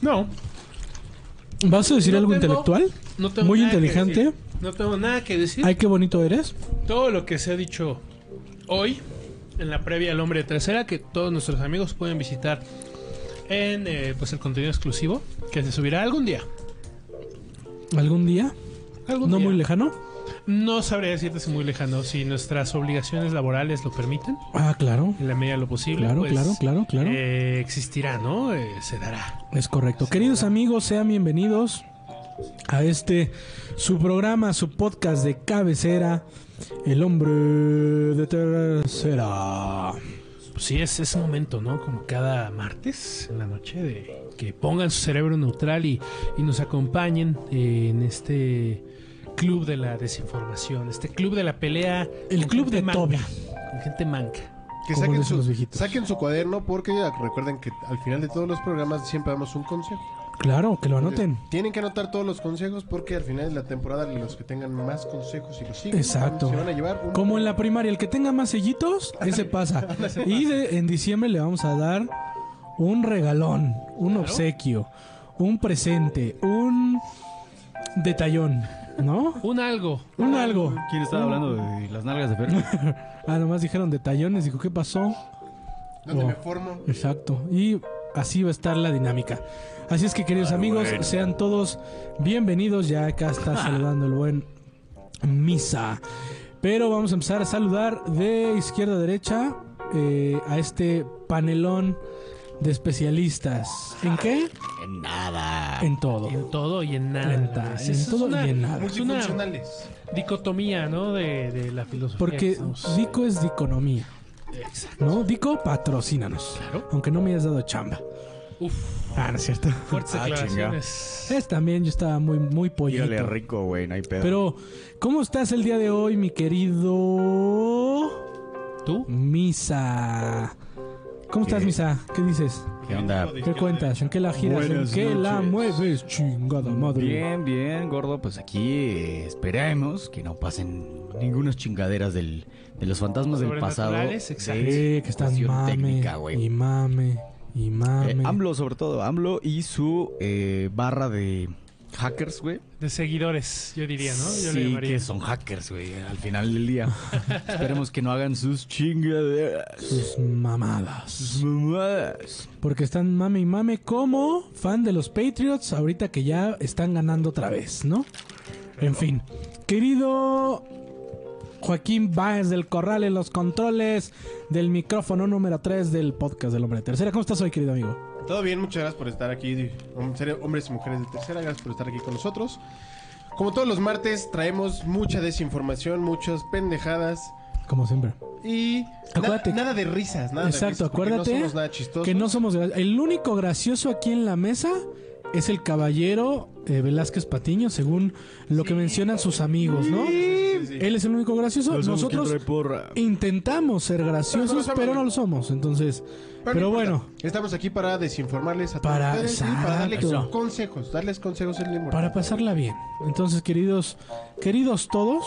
No. ¿Vas a decir No algo tengo- intelectual? no tengo Muy nada que inteligente. decir. No tengo nada que decir. Ay, qué bonito eres. Todo lo que se ha dicho hoy en la previa al hombre de tercera, que todos nuestros amigos pueden visitar en eh, pues el contenido exclusivo que se subirá algún día. ¿Algún día? Algún No día. muy lejano. No sabría decirte si muy lejano, si nuestras obligaciones laborales lo permiten, Ah, claro. en la medida de lo posible. Claro, pues, claro, claro, claro. eh, existirá, ¿no? Eh, se dará. Es correcto. Queridos amigos, sean bienvenidos a este su programa, su podcast de cabecera, El hombre de tercera. Pues sí, es ese momento, ¿no? Como cada martes en la noche, de que pongan su cerebro neutral y, y nos acompañen eh, en este club de la desinformación, este club de la pelea. El con club gente de manca, Toby. Con gente manca. Que Como saquen dicen los su, viejitos. saquen su cuaderno porque recuerden que al final de todos los programas siempre damos un consejo. Eh, Claro, que lo anoten. Tienen que anotar todos los consejos porque al final de la temporada los que tengan más consejos y los sigan Exacto. se van a llevar un Como en la primaria, el que tenga más sellitos, ese pasa. Y de- en diciembre le vamos a dar un regalón, un obsequio, un presente, un detallón, ¿no? Un algo. Un algo. ¿Quién estaba hablando de las nalgas de Fer? Ah, nomás dijeron detallones, dijo, ¿qué pasó? donde Oh. me formo. Exacto. Y así va a estar la dinámica. Así es que, queridos Ah, amigos, sean todos bienvenidos. Ya acá está Ah. saludando el buen Misa. Pero vamos a empezar a saludar de izquierda a derecha eh, a este panelón de especialistas. ¿En qué? En nada. En todo. En todo y en nada. En ta- Eso en es todo y una- en nada. Es una Multifuncionales. dicotomía, ¿no? De, de la filosofía. que Porque estamos- Dico es diconomía, Exacto. ¿no? Dico, patrocínanos. Claro. Aunque no me hayas dado chamba. Uf, Ah, no es cierto. fuertes Ah, chinga. declaraciones. Es también, yo estaba muy, muy pollito. Tírale rico, güey, no hay pedo. Pero, ¿cómo estás el día de hoy, mi querido ¿Tú? Misa? ¿Cómo estás, ¿Qué? Misa? ¿Qué dices? ¿Qué onda? ¿Qué cuentas? ¿En qué la giras? ¿En Buenas qué la noches. mueves? Chingada madre. Bien, bien, gordo. Pues aquí eh, esperemos que no pasen ningunas chingaderas del, de los fantasmas del pasado. Sobrenaturales, exacto. Sí, que estás Cuestión mame técnica, güey. y mame y mame. Eh, AMLO, sobre todo. AMLO y su eh, barra de hackers, güey. De seguidores, yo diría, ¿no? Yo le sí, llamaría. que son hackers, güey, al final del día. esperemos que no hagan sus chingaderas. Sus mamadas. Sus mamadas. Porque están mame y mame como fan de los Patriots ahorita que ya están ganando otra vez, ¿no? En fin. Querido Joaquín Báez del Corral en los controles del micrófono número 3 del podcast del Hombre de Tercera. ¿Cómo estás hoy, querido amigo? Todo bien, muchas gracias por estar aquí, hom- ser- hombres y mujeres de tercera, gracias por estar aquí con nosotros. Como todos los martes, traemos mucha desinformación, muchas pendejadas Como siempre. y na- Acuérdate- nada de risas, nada de Exacto, risas, porque acuérdate No somos nada chistosos. Que no somos... gra- El único gracioso aquí en la mesa es el caballero eh, Velázquez Patiño, según lo que mencionan sus amigos, ¿no? Él es el único gracioso. Nosotros intentamos ser graciosos, Pero no lo somos, pero güey. no lo somos. Entonces, no pero importa. bueno, Estamos aquí para desinformarles a Para- todos ustedes y para darles exacto. consejos, darles consejos en limón. para pasarla bien. Entonces, queridos, queridos todos,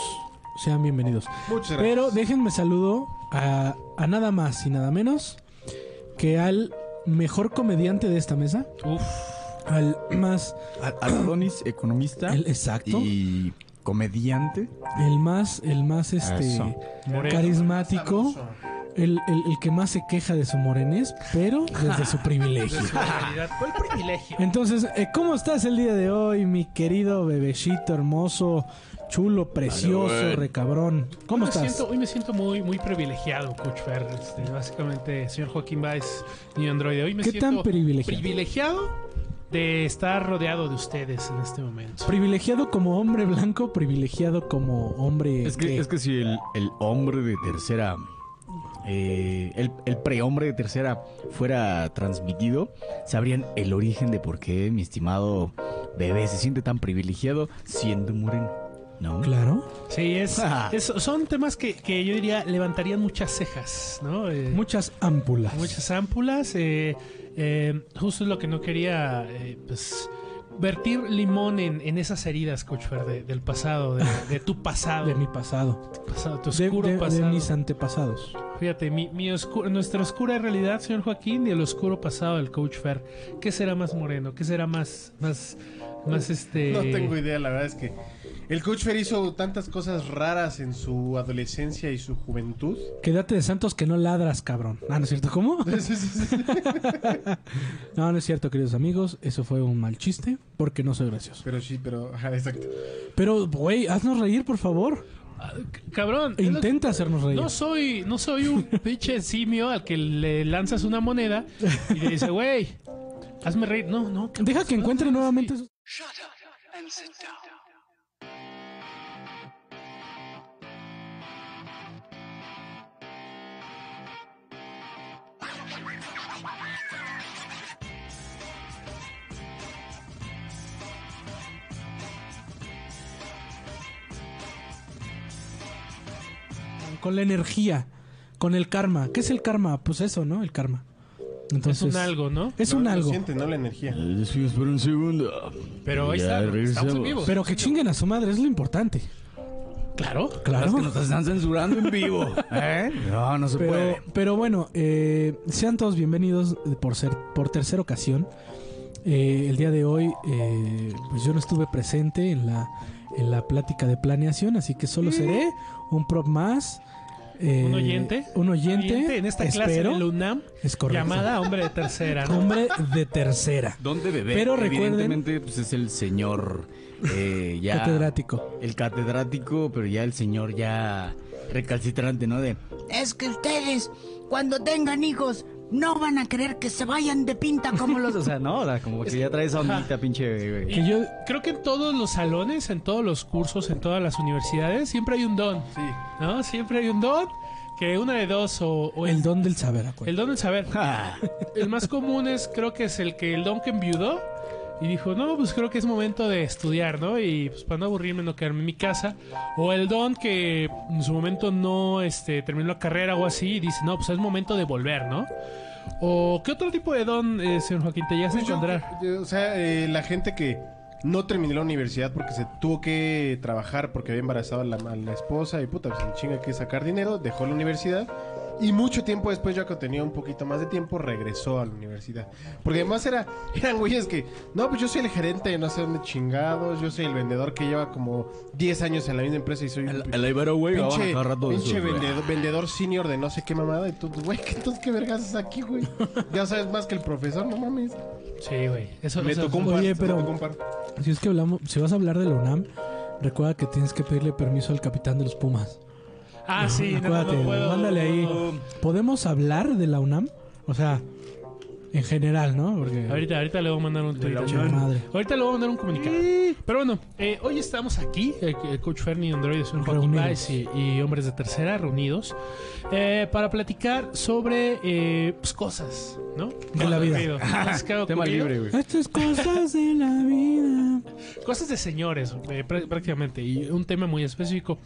sean bienvenidos. Muchas gracias. Pero déjenme saludo a, a nada más y nada menos que al mejor comediante de esta mesa, Uf, al más, A- Adonis, economista. el exacto, Y comediante. el más, el más este Eso. carismático, el, el- el que más se queja de su morenés, pero desde su privilegio. realidad, ¿cuál privilegio? Entonces, eh, ¿cómo estás el día de hoy, mi querido bebecito hermoso, chulo, precioso, recabrón? ¿Cómo Hoy me estás? siento- hoy me siento muy, muy privilegiado, Coach Fer. Este, básicamente, señor Joaquín Baez, niño androide. Hoy me ¿Qué tan siento privilegiado? privilegiado de estar rodeado de ustedes en este momento. Privilegiado como hombre blanco, privilegiado como hombre. Es que, gay. es que si el, el hombre de tercera, eh, el, el prehombre de tercera fuera transmitido, sabrían el origen de por qué mi estimado bebé se siente tan privilegiado siendo moreno, ¿no? Claro. Sí, es, Ah. es- son temas que, que yo diría levantarían muchas cejas, ¿no? Eh, Muchas ámpulas. muchas ámpulas. eh, eh, justo es lo que no quería, eh, pues, vertir limón en, en esas heridas, Coach Fer, de- del pasado, de, de tu pasado, De mi pasado. pasado, tu De, oscuro de- de pasado. mis antepasados. Fíjate, mi, mi oscu- nuestra oscura realidad, señor Joaquín, y el oscuro pasado del coach Fer. ¿Qué será más moreno? ¿Qué será más, más, más este? eh, No tengo idea, la verdad es que el coach Fer hizo tantas cosas raras en su adolescencia y su juventud. Quédate de Santos que no ladras, cabrón. Ah, ¿no es cierto? ¿Cómo? No, no es cierto, queridos amigos. Eso fue un mal chiste porque no soy gracioso. pero sí, pero ajá, exacto. Pero, güey, haznos reír, por favor. e Ah, c- Cabrón. es lo- Intenta hacernos reír. No soy, no soy un pinche simio al que le lanzas una moneda y le dice, güey, hazme reír. No, no. cabrón, Deja que no encuentre seas nuevamente... así. esos- Con la energía, con el karma. ¿Qué es el karma? Pues eso, ¿no? El karma. Es Entonces, un algo, ¿no? Es No, un lo algo. siente, ¿no? La energía. espera un segundo. Pero ahí Ya está, estamos en regresamos. vivo. Pero que chinguen a su madre, es lo importante. claro, Claro. Nos están censurando en vivo. ¿Eh? No, no se Pero, puede. pero bueno, eh, sean todos bienvenidos por ser por tercera ocasión. Eh, el día de hoy, eh, pues yo no estuve presente en la, en la plática de planeación, así que solo seré un prop más. eh, Mm. Un oyente. Un oyente. Oyente en esta clase espero. de la UNAM Es correcto. llamada hombre de tercera, ¿no? Hombre de tercera. ¿Dónde bebé? Pero recuerden- Evidentemente, pues es el señor. eh, ya. Catedrático. El catedrático, pero ya el señor ya recalcitrante, ¿no? De. Es que ustedes, cuando tengan hijos, no van a querer que se vayan de pinta como los... O sea, no, o sea, como que ya traes a ondita, pinche. güey. Que yo, Creo que en todos los salones, en todos los cursos, en todas las universidades, siempre hay un don, Sí. ¿no? Siempre hay un don que una de dos o, o el don pues. del saber, acuérdate. Pues el don del saber. "Ja, El más común es, creo que es el que el don que enviudó y dijo, no, pues creo que es momento de estudiar, ¿no? Y pues para no aburrirme, no quedarme en mi casa. O el don que en su momento no este, terminó la carrera o así y dice, no, pues es momento de volver, ¿no? O qué otro tipo de don, eh, señor Joaquín, te llegas a Pues yo- encontrar. yo- o sea, eh, la gente que no terminó la universidad porque se tuvo que trabajar porque había embarazado a la, a la esposa y puta, pues en chinga que sacar dinero, dejó la universidad. Y mucho tiempo después, ya que tenía un poquito más de tiempo, regresó a la universidad. Porque además era, eran güeyes que, no, pues yo soy el gerente de no sé dónde chingados, yo soy el vendedor que lleva como 10 años en la misma empresa y soy un El, pi- el Ibero, güey, ahora pinche, cada rato de pinche sus, güey". vendedor, vendedor senior de no sé qué mamada. Y tú, güey, ¿qué, entonces, ¿qué vergas es aquí, güey? Ya sabes más que el profesor, no mames. Sí, güey. Eso Me eso- tocó un par. Oye, me pero- tocó un par. Si es que hablamos, si vas a hablar de la UNAM, recuerda que tienes que pedirle permiso al capitán de los Pumas. Ah, sí, no, Acuérdate, no puedo. mándale ahí. ¿Podemos hablar de la UNAM? O sea, en general, ¿no? Porque. Ahorita, ahorita le voy a mandar un tweet. Che, madre. Ahorita le voy a mandar un comunicado. Pero bueno, eh, hoy estamos aquí, eh, eh, Coach Fernie, Android, Sir Joaquín Reunidos. Baez y, y hombres de tercera reunidos eh, para platicar sobre eh, pues, cosas, ¿no? De la vida. Ocurrido, cosas que han Tema ocurrido. libre, güey. Estas cosas de la vida. Cosas de señores, eh, prá- prácticamente, y un tema muy específico.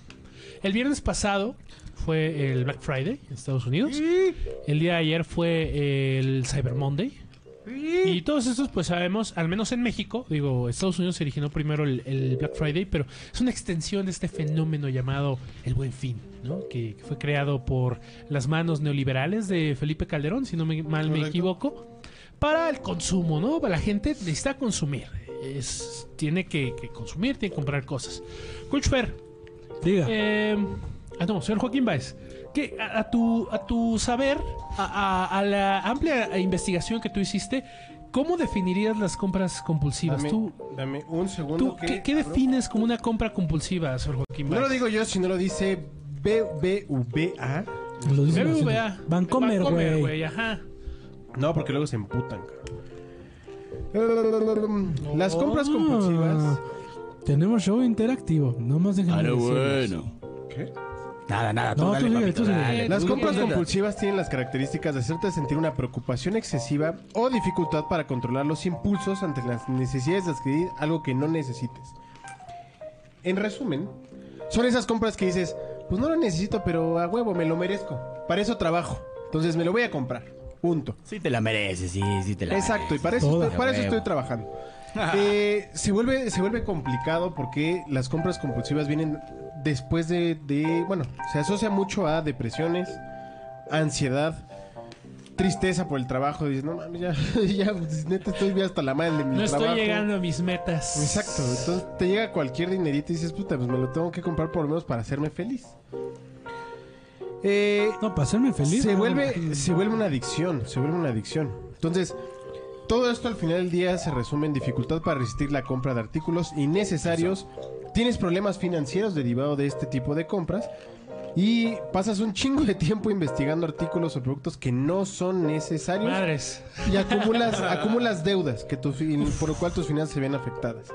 El viernes pasado fue el Black Friday en Estados Unidos. El día de ayer fue el Cyber Monday. Y todos estos, pues sabemos, al menos en México, digo, Estados Unidos se originó primero el, el Black Friday, pero es una extensión de este fenómeno llamado el Buen Fin, ¿no? Que, que fue creado por las manos neoliberales de Felipe Calderón, si no me, mal me Correcto. equivoco, para el consumo, ¿no? Para la gente necesita consumir, es, tiene que, que consumir, tiene que comprar cosas. Coach Fer, Diga. eh, ah, no, señor Joaquín Báez. Que a, a tu, a tu saber, a, a- a la amplia investigación que tú hiciste, ¿cómo definirías las compras compulsivas? Dame, ¿Tú, dame un segundo. tú que- ¿qué, qué defines como una compra compulsiva, señor Joaquín No Báez? lo digo yo, sino lo dice BBVA. Lo dice la BBVA. gente. Vancomer, Vancomer, güey. Ajá. No, porque luego se emputan, cabrón. Las compras Ah, compulsivas. Ah. Tenemos show interactivo. No más déjenme Ahora decirles. bueno. ¿Qué? Nada, nada, No, tú tú dale, sigue, papito, tú sigue. dale. Las Tú compras dale. compulsivas tienen las características de hacerte sentir una preocupación excesiva o dificultad para controlar los impulsos ante las necesidades de adquirir algo que no necesites. En resumen, son esas compras que dices, pues no lo necesito, pero a huevo, me lo merezco. Para eso trabajo. Entonces me lo voy a comprar. Punto. Sí te la mereces, sí, sí te la Exacto, y mereces. para eso, Toda. estoy, para eso Huevo. estoy trabajando. Eh, se, vuelve, se vuelve complicado porque las compras compulsivas vienen después de, de- Bueno, se asocia mucho a depresiones, ansiedad, tristeza por el trabajo. Dices, no mames, ya, ya pues, neta estoy hasta la madre de mi No estoy trabajo. llegando a mis metas. Exacto, entonces te llega cualquier dinerito y dices, puta, pues me lo tengo que comprar por lo menos para hacerme feliz. Eh, No, para hacerme feliz. se no, vuelve, no. se vuelve una adicción, se vuelve una adicción. Entonces, todo esto al final del día se resume en dificultad para resistir la compra de artículos innecesarios. Tienes problemas financieros derivados de este tipo de compras. Y pasas un chingo de tiempo investigando artículos o productos que no son necesarios. Madres. Y acumulas, acumulas deudas que tus, fin- por lo cual tus finanzas se ven afectadas.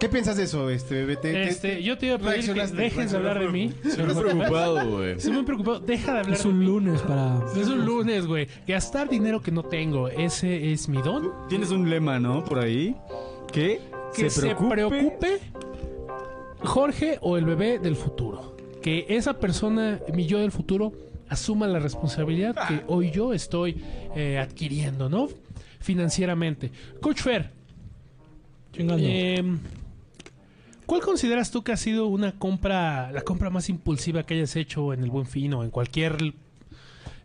¿Qué piensas de eso, este, BBT? Este, yo te iba a pedir que Reaccionaste, dejes de hablar de mí. Estoy preocupado, güey. Estoy muy preocupado. Deja de hablar Es de un mí. lunes para. Es un lunes, güey. Gastar dinero que no tengo, ese es mi don. Tienes un lema, ¿no? Por ahí. ¿Qué? Que se preocupe, Jorge o el bebé del futuro. Que esa persona, mi yo del futuro, asuma la responsabilidad que hoy yo estoy eh, adquiriendo, ¿no? Financieramente. Coach Fer, Chingando. eh, ¿cuál consideras tú que ha sido una compra, la compra más impulsiva que hayas hecho en el Buen Fin o en cualquier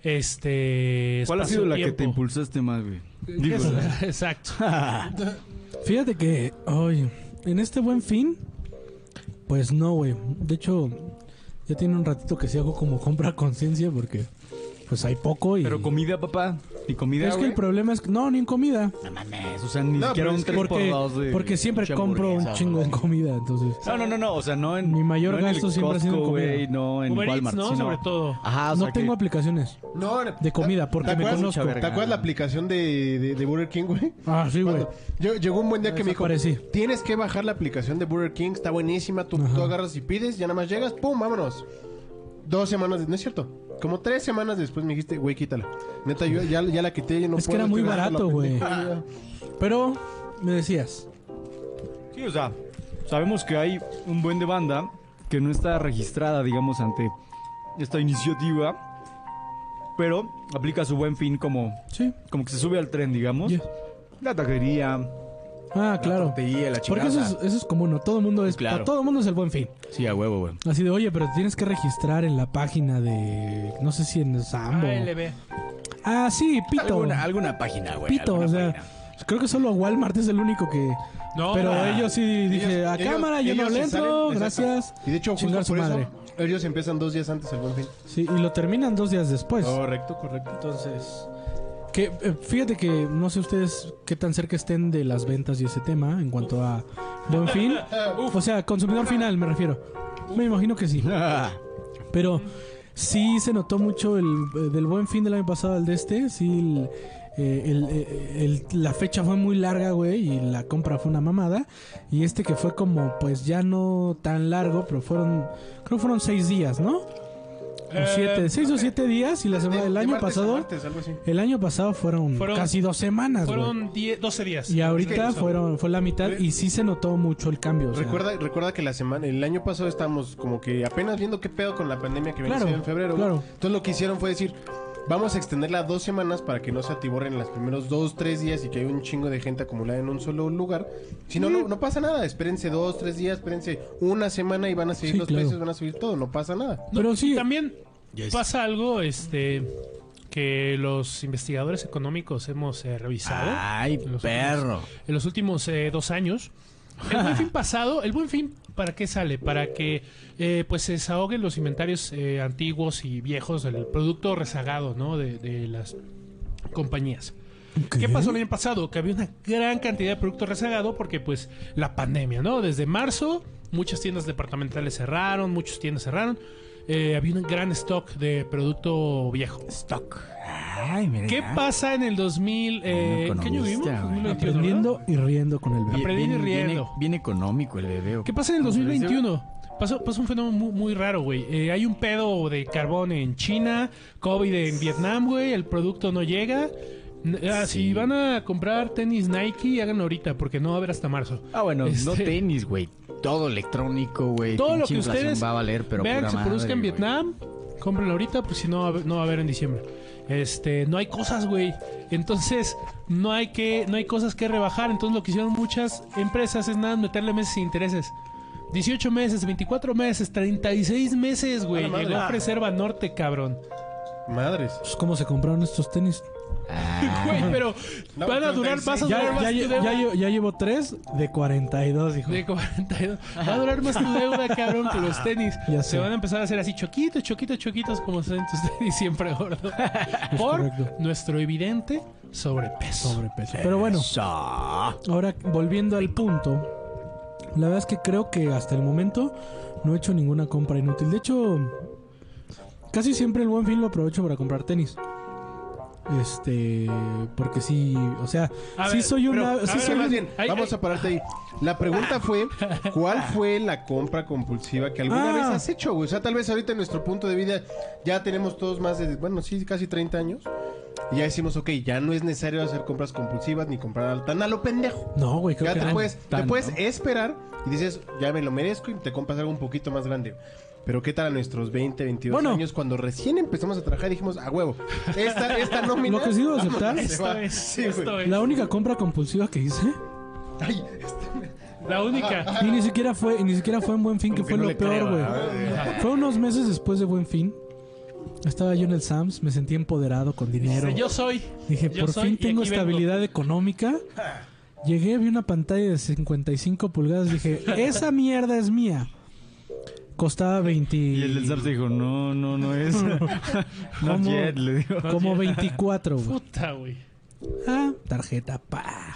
este ¿Cuál ha sido la que te espacio-tiempo? impulsaste más, güey? Digo, Exacto. Fíjate que, oye, en este buen fin, pues no, güey. De hecho, ya tiene un ratito que sí hago como compra a conciencia porque, pues hay poco y. pero comida, papá. Y comida, es que el güey. problema es que, no, ni en comida. No mames, o sea, ni No, siquiera pero un es que 3 Porque, por 2 de porque siempre pinche compro un hamburguesa, chingo güey. en comida, entonces. No, no, no, no, o sea, no en Mi mayor no en el gasto siempre ha sido en Costco, comida. güey, no en Uber Eats, Walmart, ¿no? sino- Sobre todo. Ajá, o no sea tengo que- aplicaciones. No, De comida, porque ¿te me acuerdas- conozco. ¿Te acuerdas la aplicación de, de, de Burger King, güey? Ah, sí, güey. Cuando- yo- llegó un buen día Ya que me dijo, desaparecí. tienes que bajar la aplicación de Burger King, está buenísima, tú, Ajá. tú agarras y pides, ya nada más llegas, ¡pum! Vámonos. Dos semanas, de- no es cierto, como tres semanas después me dijiste, güey, quítala. Neta, yo ya, ya la quité y no Es que puedo, era estoy muy gastando barato, la güey. pendejada". Pero, me decías. Sí, o sea, sabemos que hay un buen de banda que no está registrada, digamos, ante esta iniciativa, pero aplica su buen fin como, Sí. como que se sube al tren, digamos. ya. La taquería, Ah, claro. tortilla, la chingada. Porque eso es, eso es común, ¿no? Todo mundo es. Claro. Para todo mundo es el buen fin. Sí, a huevo, güey. Así de, oye, pero te tienes que registrar en la página de. No sé si en Sambo. ALB. Ah, sí, Pito. Alguna, alguna página, güey. Pito, alguna o sea. página. Creo que solo Walmart es el único que. No, pero ah, ellos sí dije, Ellos- a ellos- cámara, yo no ellos le se salen- entro, exacto. gracias. Y de hecho, justo Chingar su por eso, madre. ellos empiezan dos días antes el buen fin. Sí, y lo terminan dos días después. Oh. Correcto, correcto. Entonces. Que, eh, fíjate que no sé ustedes qué tan cerca estén de las ventas y ese tema en cuanto a buen fin. o sea, consumidor final me refiero. Me imagino que sí. Pero sí se notó mucho el eh, del buen fin del año pasado al de este. Sí, el- eh, el- eh, el- la fecha fue muy larga, güey, y la compra fue una mamada. Y este que fue como, pues ya no tan largo, pero fueron, creo que fueron seis días, ¿no? O siete, seis o siete días y la semana del año pasado. El año pasado fueron, Fueron- casi dos semanas, güey. Fueron 10, 12 días. Y ahorita fueron, fue la mitad Re- y sí se notó mucho el cambio. o sea, Recuerda, recuerda que la semana, el año pasado estábamos como que apenas viendo qué pedo con la pandemia que venía Claro, en febrero. güey. claro. Entonces lo que hicieron fue decir, vamos a extenderla dos semanas para que no se atiborren los primeros dos, tres días y que haya un chingo de gente acumulada en un solo lugar. Si no, no, no pasa nada. Espérense dos, tres días, espérense una semana y van a seguir Sí, los claro. precios, van a subir todo. No pasa nada. No, Pero sí, También pasa algo este que los investigadores económicos hemos eh, revisado. Ay, En los perro. últimos- en los últimos eh, dos años. El buen fin pasado, el buen fin, ¿para qué sale? Para que eh, pues se desahoguen los inventarios eh, antiguos y viejos del producto rezagado, ¿no? De, de las compañías. ¿Qué pasó el año pasado? Que había una gran cantidad de producto rezagado porque, pues, la pandemia, ¿no? Desde marzo, muchas tiendas departamentales cerraron, muchas tiendas cerraron. Eh, había un gran stock de producto viejo. Stock. Ay, mira. ¿Qué ya. pasa en el 2000? eh, Un ¿Qué año vivimos? economista, güey. 2021, aprendiendo ¿verdad? y riendo con el bebé. Bien- aprendiendo y bien- bien- riendo. Bien económico el bebé. ¿o ¿Qué pasa en el 2021? Pasó, pasó un fenómeno muy, muy raro, güey. Eh, hay un pedo de carbón en China, COVID en Vietnam, güey. El producto no llega. N- ah, Si van a comprar tenis Nike, háganlo ahorita, porque no va a haber hasta marzo. Ah, bueno, no Este- tenis, güey. Todo electrónico, güey. Todo lo Pinche que inflación ustedes va a valer, pero vean pura que se madre, produzca en güey. Vietnam, cómprenlo ahorita, porque si no, va a haber- no va a haber en diciembre. Este, no hay cosas, güey. Entonces, no hay que, no hay cosas que rebajar. Entonces, lo que hicieron muchas empresas es nada, meterle meses e intereses. 18 meses, 24 meses, 36 meses, güey. A la madre. Llegó a ofrecer Banorte, cabrón. Madres. Pues, ¿Cómo se compraron estos tenis? Güey, pero No, van a durar, 36. vas a Ya, durar más ya, tu lle- deuda. ya lle- ya llevo tres de 42, hijo. De 42. Va a durar más tu deuda, cabrón, que los tenis. Ya Se sé. van a empezar a hacer así choquitos, choquitos, choquitos, como se ven tus tenis siempre gordo. Por correcto. nuestro evidente sobrepeso. Sobrepeso. Pero bueno, Sa- ahora volviendo al punto. La verdad es que creo que hasta el momento no he hecho ninguna compra inútil. De hecho, casi siempre el buen fin lo aprovecho para comprar tenis. Este, porque sí, o sea, A sí ver, soy pero, una. a sí ver, soy Pero más un- bien, Ay, vamos ay. a pararte ahí. La pregunta fue, ¿cuál fue la compra compulsiva que alguna Ah. vez has hecho, güey? O sea, tal vez ahorita en nuestro punto de vida ya tenemos todos más de, bueno, sí, casi 30 años. Y ya decimos, ok, ya no es necesario hacer compras compulsivas ni comprar al tan a lo pendejo. No, güey, creo Ya que te no. puedes, te tan, puedes ¿no? esperar y dices, ya me lo merezco y te compras algo un poquito más grande. Pero qué tal a nuestros 20, 22 Bueno. años cuando recién empezamos a trabajar dijimos, a huevo, esta, esta nómina... Lo que sí debo aceptar- vámonos, se Esto va". es, Sí, esto güey. es. La única compra compulsiva que hice Ay, este- La única. Y ni siquiera fue, y ni siquiera fue en Buen Fin, que Como que fue no lo le peor, creo, güey. ¿verdad? Fue unos meses después de Buen Fin. Estaba yo en el Sams, me sentí empoderado con dinero. Yo soy. Dije, yo por soy y fin tengo aquí vengo". estabilidad económica. Llegué, vi una pantalla de 55 pulgadas, dije, esa mierda es mía. Costaba 20... Y el del Sams dijo, no, no, no es. no ¿Cómo? yet, le digo. Como 24, güey. Puta, güey. Ah, tarjeta, pa.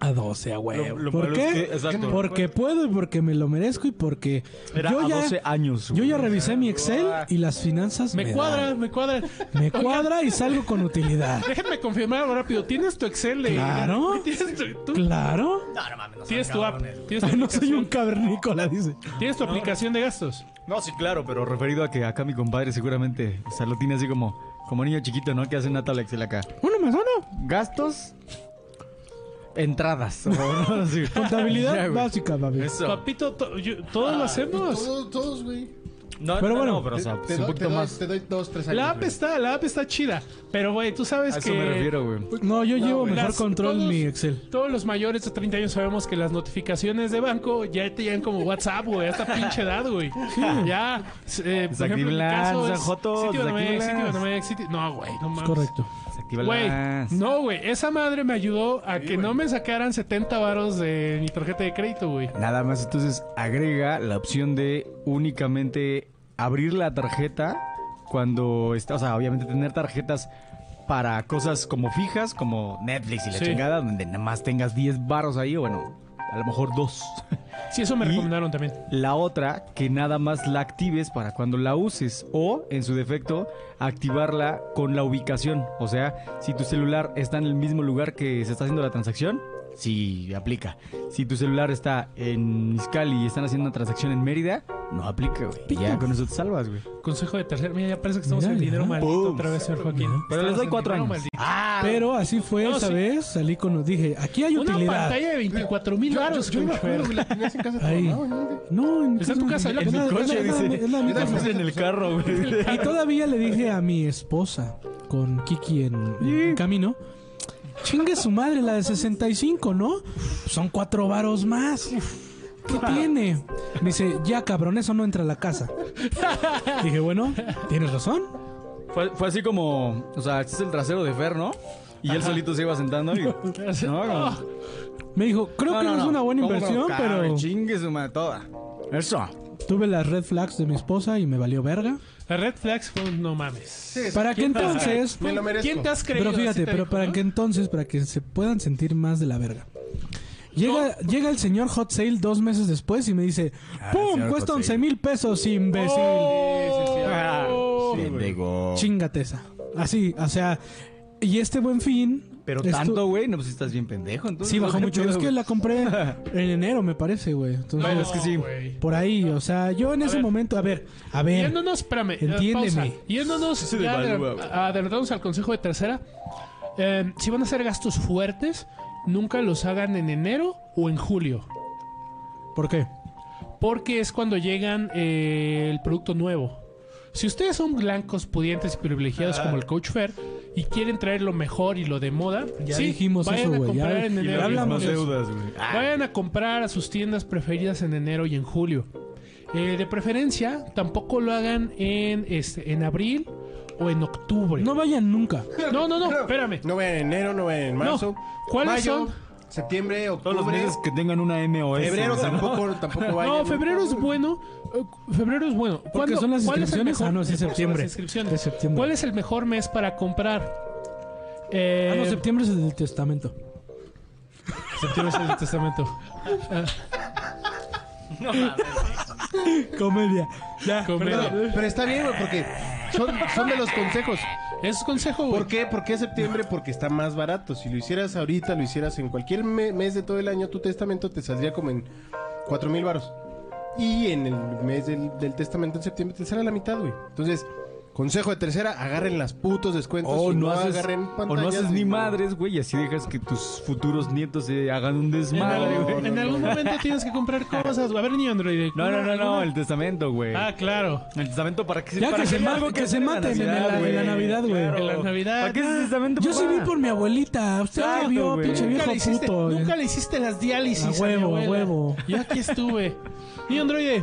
A 12, a huevo. Lo- lo ¿Por malo qué? es que- exacto. Porque puedo y porque me lo merezco y porque... Era yo a ya, 12 años. Yo güey. ya revisé mi Excel y las finanzas Me dan. cuadra, me cuadra. Me cuadra y salgo con utilidad. Déjenme confirmar algo rápido. ¿Tienes tu Excel? de- Claro. ¿Tienes tu, tú? Claro. ¿Tienes tu app? ¿Tienes tu, Ay, no soy aplicación? un cavernícola, dice. ¿Tienes tu aplicación de gastos? No, sí, claro, pero referido a que acá mi compadre seguramente o sea, lo tiene así como, como niño chiquito, ¿no? Que hace una tabla Excel acá. Uno más uno. Gastos, entradas. o no, así. Contabilidad Ya, güey. básica, papi. Eso. Papito, to- yo- todos lo hacemos. Ah, Todos, todos, güey. No, Pero no, bueno, no, pero o sea, Te- pues, te un doy- poquito te doy- más. Te doy dos, tres años. La app güey. está, la app está chida. Pero, güey, tú sabes A que... eso me refiero, güey. No, yo llevo mejor las- control todos- mi Excel. Todos los mayores de 30 años sabemos que las notificaciones de banco ya te llegan como WhatsApp, güey, a esta pinche edad, güey. Ya, eh, por ejemplo, en mi caso es Desactívelas, Joto, Citibanamex, desactívelas. Citibanamex, Citi- No, güey, no Es mames. correcto. Desactiva Güey, las- no, güey, esa madre me ayudó a que no me sacaran 70 varos de mi tarjeta de crédito, güey. Nada más, entonces agrega la opción de únicamente abrir la tarjeta cuando está, o sea, obviamente tener tarjetas para cosas como fijas, como Netflix y la Sí. chingada, donde nada más tengas 10 barros ahí, o bueno, a lo mejor dos. Sí, eso me Y- recomendaron también. La otra, que nada más la actives para cuando la uses o, en su defecto, activarla con la ubicación. O sea, si tu celular está en el mismo lugar que se está haciendo la transacción, sí aplica. Si tu celular está en Iscali y están haciendo una transacción en Mérida, no aplica, güey. Ya con eso te salvas, güey. Consejo de tercer. Mira, ya parece que estamos Mira, en el dinero ya. maldito Pum. otra vez, señor Joaquín. Pero les Estamos doy en cuatro dinero años. maldito. Pero así fue No, esa sí. vez. Salí con los dije, aquí hay Una utilidad. pantalla de 24 mil Yo- varos, Yo, yo me coach, acuerdo, güey, la tenías en casa de tu Ahí. mamá, güey, ¿dónde? No, en Está en tu casa, en la- es en es coche, es la- dice. es la misma Estamos cosa. el carro, güey. Y todavía le dije a mi esposa con Kiki en, en camino. Chingue su madre, la de 65, ¿no? Son cuatro varos más. ¿Qué tiene? Me dice, ya cabrón, eso no entra a la casa. Dije, bueno, tienes razón. Fue, fue así como, o sea, este es el trasero de Fer, ¿no? Y él solito se iba sentando y... No, como- Me dijo, creo que no, es una buena ¿Cómo inversión, no? Cabe, pero Chingue su madre toda. Eso. tuve las red flags de mi esposa y me valió verga. La red flags fue un no mames. Sí, sí. Para que entonces... Me lo merezco. ¿Quién te has creído? Pero Así fíjate, te pero dijo, para ¿no? que entonces, para que se puedan sentir más de la verga. Llega, llega el señor Hot Sale dos meses después y me dice, ¡Pum! Ah, señor Cuesta Hot 11 mil pesos, imbécil. Ah, Oh, Sí, güey. Chingate esa. Así, o sea, y este buen fin... Pero estu- tanto, güey, no, pues estás bien pendejo. Entonces, Sí, bajó ¿Qué mucho. pedo, Es que güey? la compré en enero, me parece, güey. Entonces, Bueno, es que sí. güey. por ahí, o sea, yo en ese ver. momento... A ver, a ver... Yéndonos, espérame. eh, Entiéndeme. pausa. Yéndonos, se ya devalúa, adel- güey. adelantándonos al consejo de tercera. eh, si van a hacer gastos fuertes, nunca los hagan en enero o en julio. ¿Por qué? Porque es cuando llegan eh, el producto nuevo. Si ustedes son blancos, pudientes y privilegiados como el Coach Fair y quieren traer lo mejor y lo de moda, Ya sí, dijimos vayan eso, a güey. comprar Ya, en ya enero. hablamos Más de eso. deudas, güey. Ah, Vayan a comprar a sus tiendas preferidas en enero y en julio. Eh, de preferencia, tampoco lo hagan en, este, en abril o en octubre. No vayan nunca. no, no, no, espérame. No vean en enero, no vean en marzo. ¿Cuáles mayo, son? Septiembre, Todos los octubre. meses pues, que tengan una MOS. Febrero tampoco, tampoco vayan. No, febrero es bueno. eh, Febrero es bueno. ¿Cuándo son las cuál es el inscripciones? mejor- Ah, no, es de porque son las septiembre. inscripciones. De septiembre. ¿Cuál es el mejor mes para comprar? Ah, Eh, no, septiembre es el del testamento. septiembre es el del testamento. Comedia. Ya, Comedia. perdón. Pero, pero está bien, güey, porque son, son de los consejos. Es consejo, güey. ¿Por qué? ¿Por qué septiembre? Porque está más barato. Si lo hicieras ahorita, lo hicieras en cualquier me- mes de todo el año, tu testamento te saldría como en 4 mil baros. Y en el mes del, del testamento en septiembre te sale la mitad, güey. Entonces, consejo de tercera, agarren las putos descuentos. O y Oh, no, haces, agarren o no pantallas haces y- ni madres, güey, y así dejas que tus futuros nietos se hagan un En, desmadre, algún- güey. en algún momento tienes que comprar cosas. güey. A ver, ni Android. No, no, no, no, ¿alguna? el testamento, güey. Ah, claro. el testamento para que Ya para que se haya ma- algo que se hacer maten en la- en la güey. Navidad, güey. En la Navidad. ¿Para qué es el testamento? Yo sí papá? vi por mi abuelita. Usted Claro, la vio, güey. pinche viejo Nunca le, hiciste, puto. eh. nunca le hiciste las diálisis. A mi huevo, a abuela. huevo. Yo aquí estuve. Y Androide,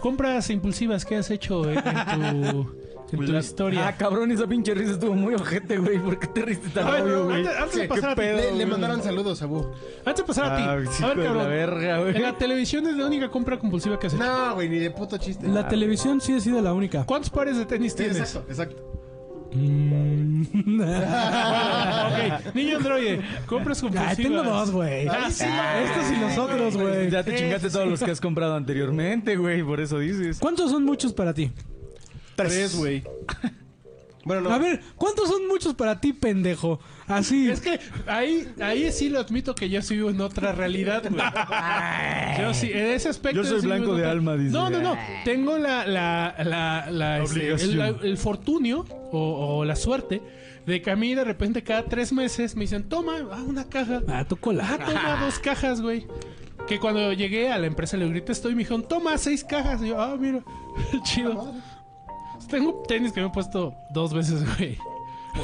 compras impulsivas que has hecho en, en tu, en tu historia. Ah, cabrón, esa pinche risa estuvo muy ojete, güey. ¿Por qué te riste tan A ver, obvio, güey? antes- antes de ¿Qué pasar a ti, pedo, Le, le güey? mandaron saludos a Boo. Antes de pasar a Ah, ti. sí, a ver, con la cabrón. verga, en güey. la televisión es la única compra compulsiva que has hecho. No, güey, ni de puto chiste. La televisión sí ha sido la única. ¿Cuántos pares de tenis Sí, tienes? exacto, exacto. Mm. ok, niño androide, compras compulsivas. Ay, tengo dos, güey. Ah, sí, Estos y los otros, güey. Ya te chingaste todos los que has comprado anteriormente, güey. Por eso dices. ¿Cuántos son muchos para ti? Tres, güey. Bueno, no. A ver, ¿cuántos son muchos para ti, pendejo? Así. Es que ahí, ahí sí lo admito que yo sí vivo en otra realidad, güey. Yo sí, en ese aspecto. Yo soy sí vivo blanco en de otra- alma, dice. No, no, no. Tengo la, la, la, la- este, el, Obligación. la- el fortunio o, o la suerte de que a mí de repente cada tres meses me dicen, toma, ah, una caja. Ah, tu Ah, cola. toma dos cajas, güey. Que cuando llegué a la empresa le grité estoy, me dijeron, toma seis cajas. Y yo, ah, mira, chido. Tengo tenis que me he puesto dos veces, güey.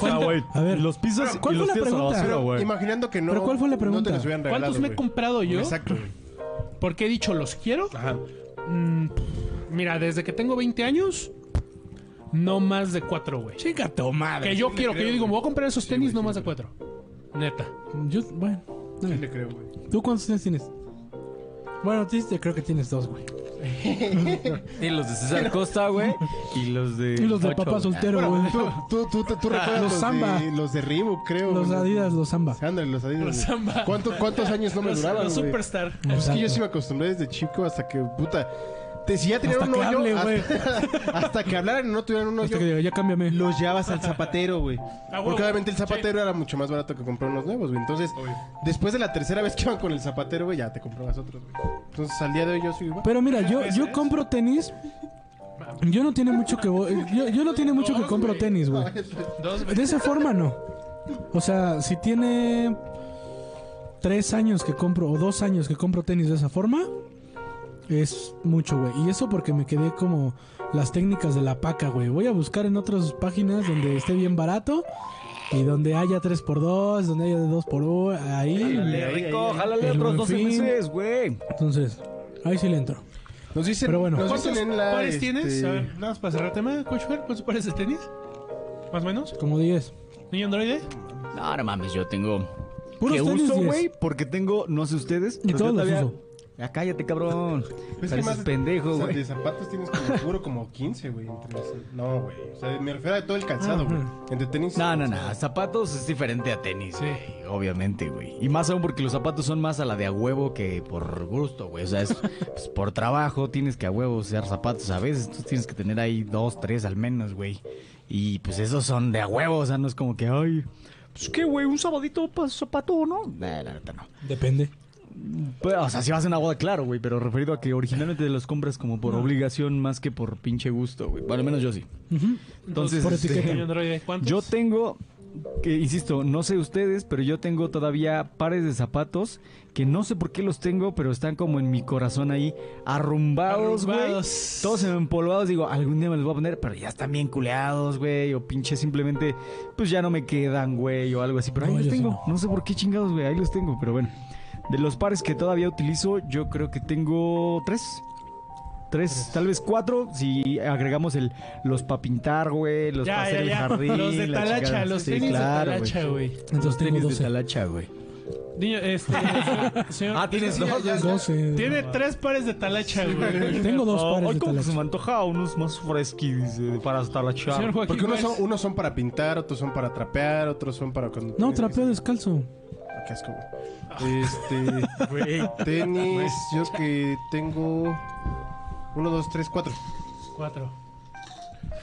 Ah, güey. A ver. los pisas ¿cuál y fue los la tiras a la pregunta? basura, Pero güey. imaginando que no. ¿Pero cuál fue la No te pregunta? los hubieran regalado, ¿Cuántos me he güey. comprado yo? Exacto, güey. Porque he dicho, los quiero. Ajá. Mm, pff, mira, desde que tengo 20 años, no más de cuatro, güey. Chica, tu madre. Que yo quiero, que yo digo, me voy a comprar esos tenis, no más de cuatro. Neta. Yo, bueno. Sí dale. le creo, güey. ¿Tú cuántos años tienes? Bueno, tú dices, creo que tienes dos, güey. Y los de César Costa, güey. Y los de. Y los de Ocho, papá güey. soltero, güey. Tú, tú, tú, tú, tú recuerdas los los, Samba. de, los de Reebok, creo. Los güey. Adidas, los Samba. Ándale, los Adidas. Los güey. Samba. ¿Cuánto- ¿Cuántos años no me Los- duraban, los güey? Pues superstar. Es que yo Exacto. sí me acostumbré desde chico hasta que, puta... Te, si ya tenían Hasta un que hoyo... hable, güey. hasta, hasta que hablaran y no tuvieran un hoyo... Hasta que diga, ya cámbiame. Los llevabas al zapatero, güey. Ah, huevo. Porque obviamente el zapatero era mucho más barato que comprar unos nuevos, güey. Entonces, después de la tercera vez que iban con el zapatero, güey, ya te comprabas otros, güey. Entonces, al día de hoy yo soy igual. Pero mira, yo, yo compro tenis. Yo no tiene mucho que voy- yo, yo no tiene mucho que compro tenis, güey. Dos, güey. De esa forma no. O sea, si tiene tres años que compro o dos años que compro tenis de esa forma, es mucho, güey. Y eso porque me quedé como las técnicas de la paca, güey. Voy a buscar en otras páginas donde esté bien barato y donde haya 3x2, donde haya 2x1, ahí. Jálale, rico, jálale El otros Buen 12 Fin. meses, güey. Entonces, ahí sí le entro. Nos dicen... Pero bueno. nos ¿Cuántos dicen en la, pares este, tienes? A ver, nada más para cerrar el tema, Coach Fer, ¿cuántos pares de tenis? ¿Más o menos? Como 10. ¿Niño androide? No, no mames, yo tengo. Puros que tenis uso, 10. güey, porque tengo, no sé ustedes. Y pero todos yo los todavía- uso. Ya cállate, cabrón. Es que Pareces más pendejo, o sea, güey. de zapatos tienes como seguro como 15, güey. entre los- No, güey. O sea, me refiero a todo el calzado, güey. Entre tenis. y Ah, No, no, calzado. no. Zapatos es diferente a tenis, güey, Obviamente, güey. Y más aún porque los zapatos son más a la de a huevo que por gusto, güey. O sea, es pues, por trabajo, tienes que a huevo usar zapatos a veces. Tú tienes que tener ahí dos, tres al menos, güey. Y pues esos son de a huevo. O sea, no es como que, ay, pues qué, güey, un sabadito para zapato, ¿no? Nah, la neta no. Depende. Pues, o sea, si vas en agua, claro, güey, pero referido a que originalmente los compras como por obligación más que por pinche gusto, güey. Bueno, al menos yo sí. Entonces, Por este, etiqueta. Niño androide, ¿cuántos? yo tengo, que, insisto, no sé ustedes, pero yo tengo todavía pares de zapatos que no sé por qué los tengo, pero están como en mi corazón ahí, arrumbados, güey. Arrumbados. Todos empolvados, digo, algún día me los voy a poner, pero ya están bien culeados, güey, o pinche simplemente, pues ya no me quedan, güey, o algo así. Pero ahí No, los yo sí tengo, no. no sé por qué chingados, güey, ahí los tengo, pero bueno. De los pares que todavía utilizo, yo creo que tengo tres. tres, tal vez cuatro, si agregamos el los para pintar, güey, los para Ya, hacer ya, el ya. jardín. Los de la Talacha, chingada. los Sí, tenis claro, de güey. Talacha, güey. Entonces tengo Tenis de 12. Talacha, güey. Niño, este. señor, Ah, tienes señor, dos, ya- dos, Doce. Tiene tres pares de talacha, güey. Tengo dos Ah, pares Ay, de como que se talacha. me antoja unos más fresquis eh, para Talacha. Señor Joaquín. Porque unos Juárez. son, unos son para pintar, otros son para trapear, otros son para cuando. No, tienes que trapeo hacer- descalzo. Ah, Qué asco, güey. Este. Tenis, yo que tengo. Uno, dos, tres, cuatro. Cuatro.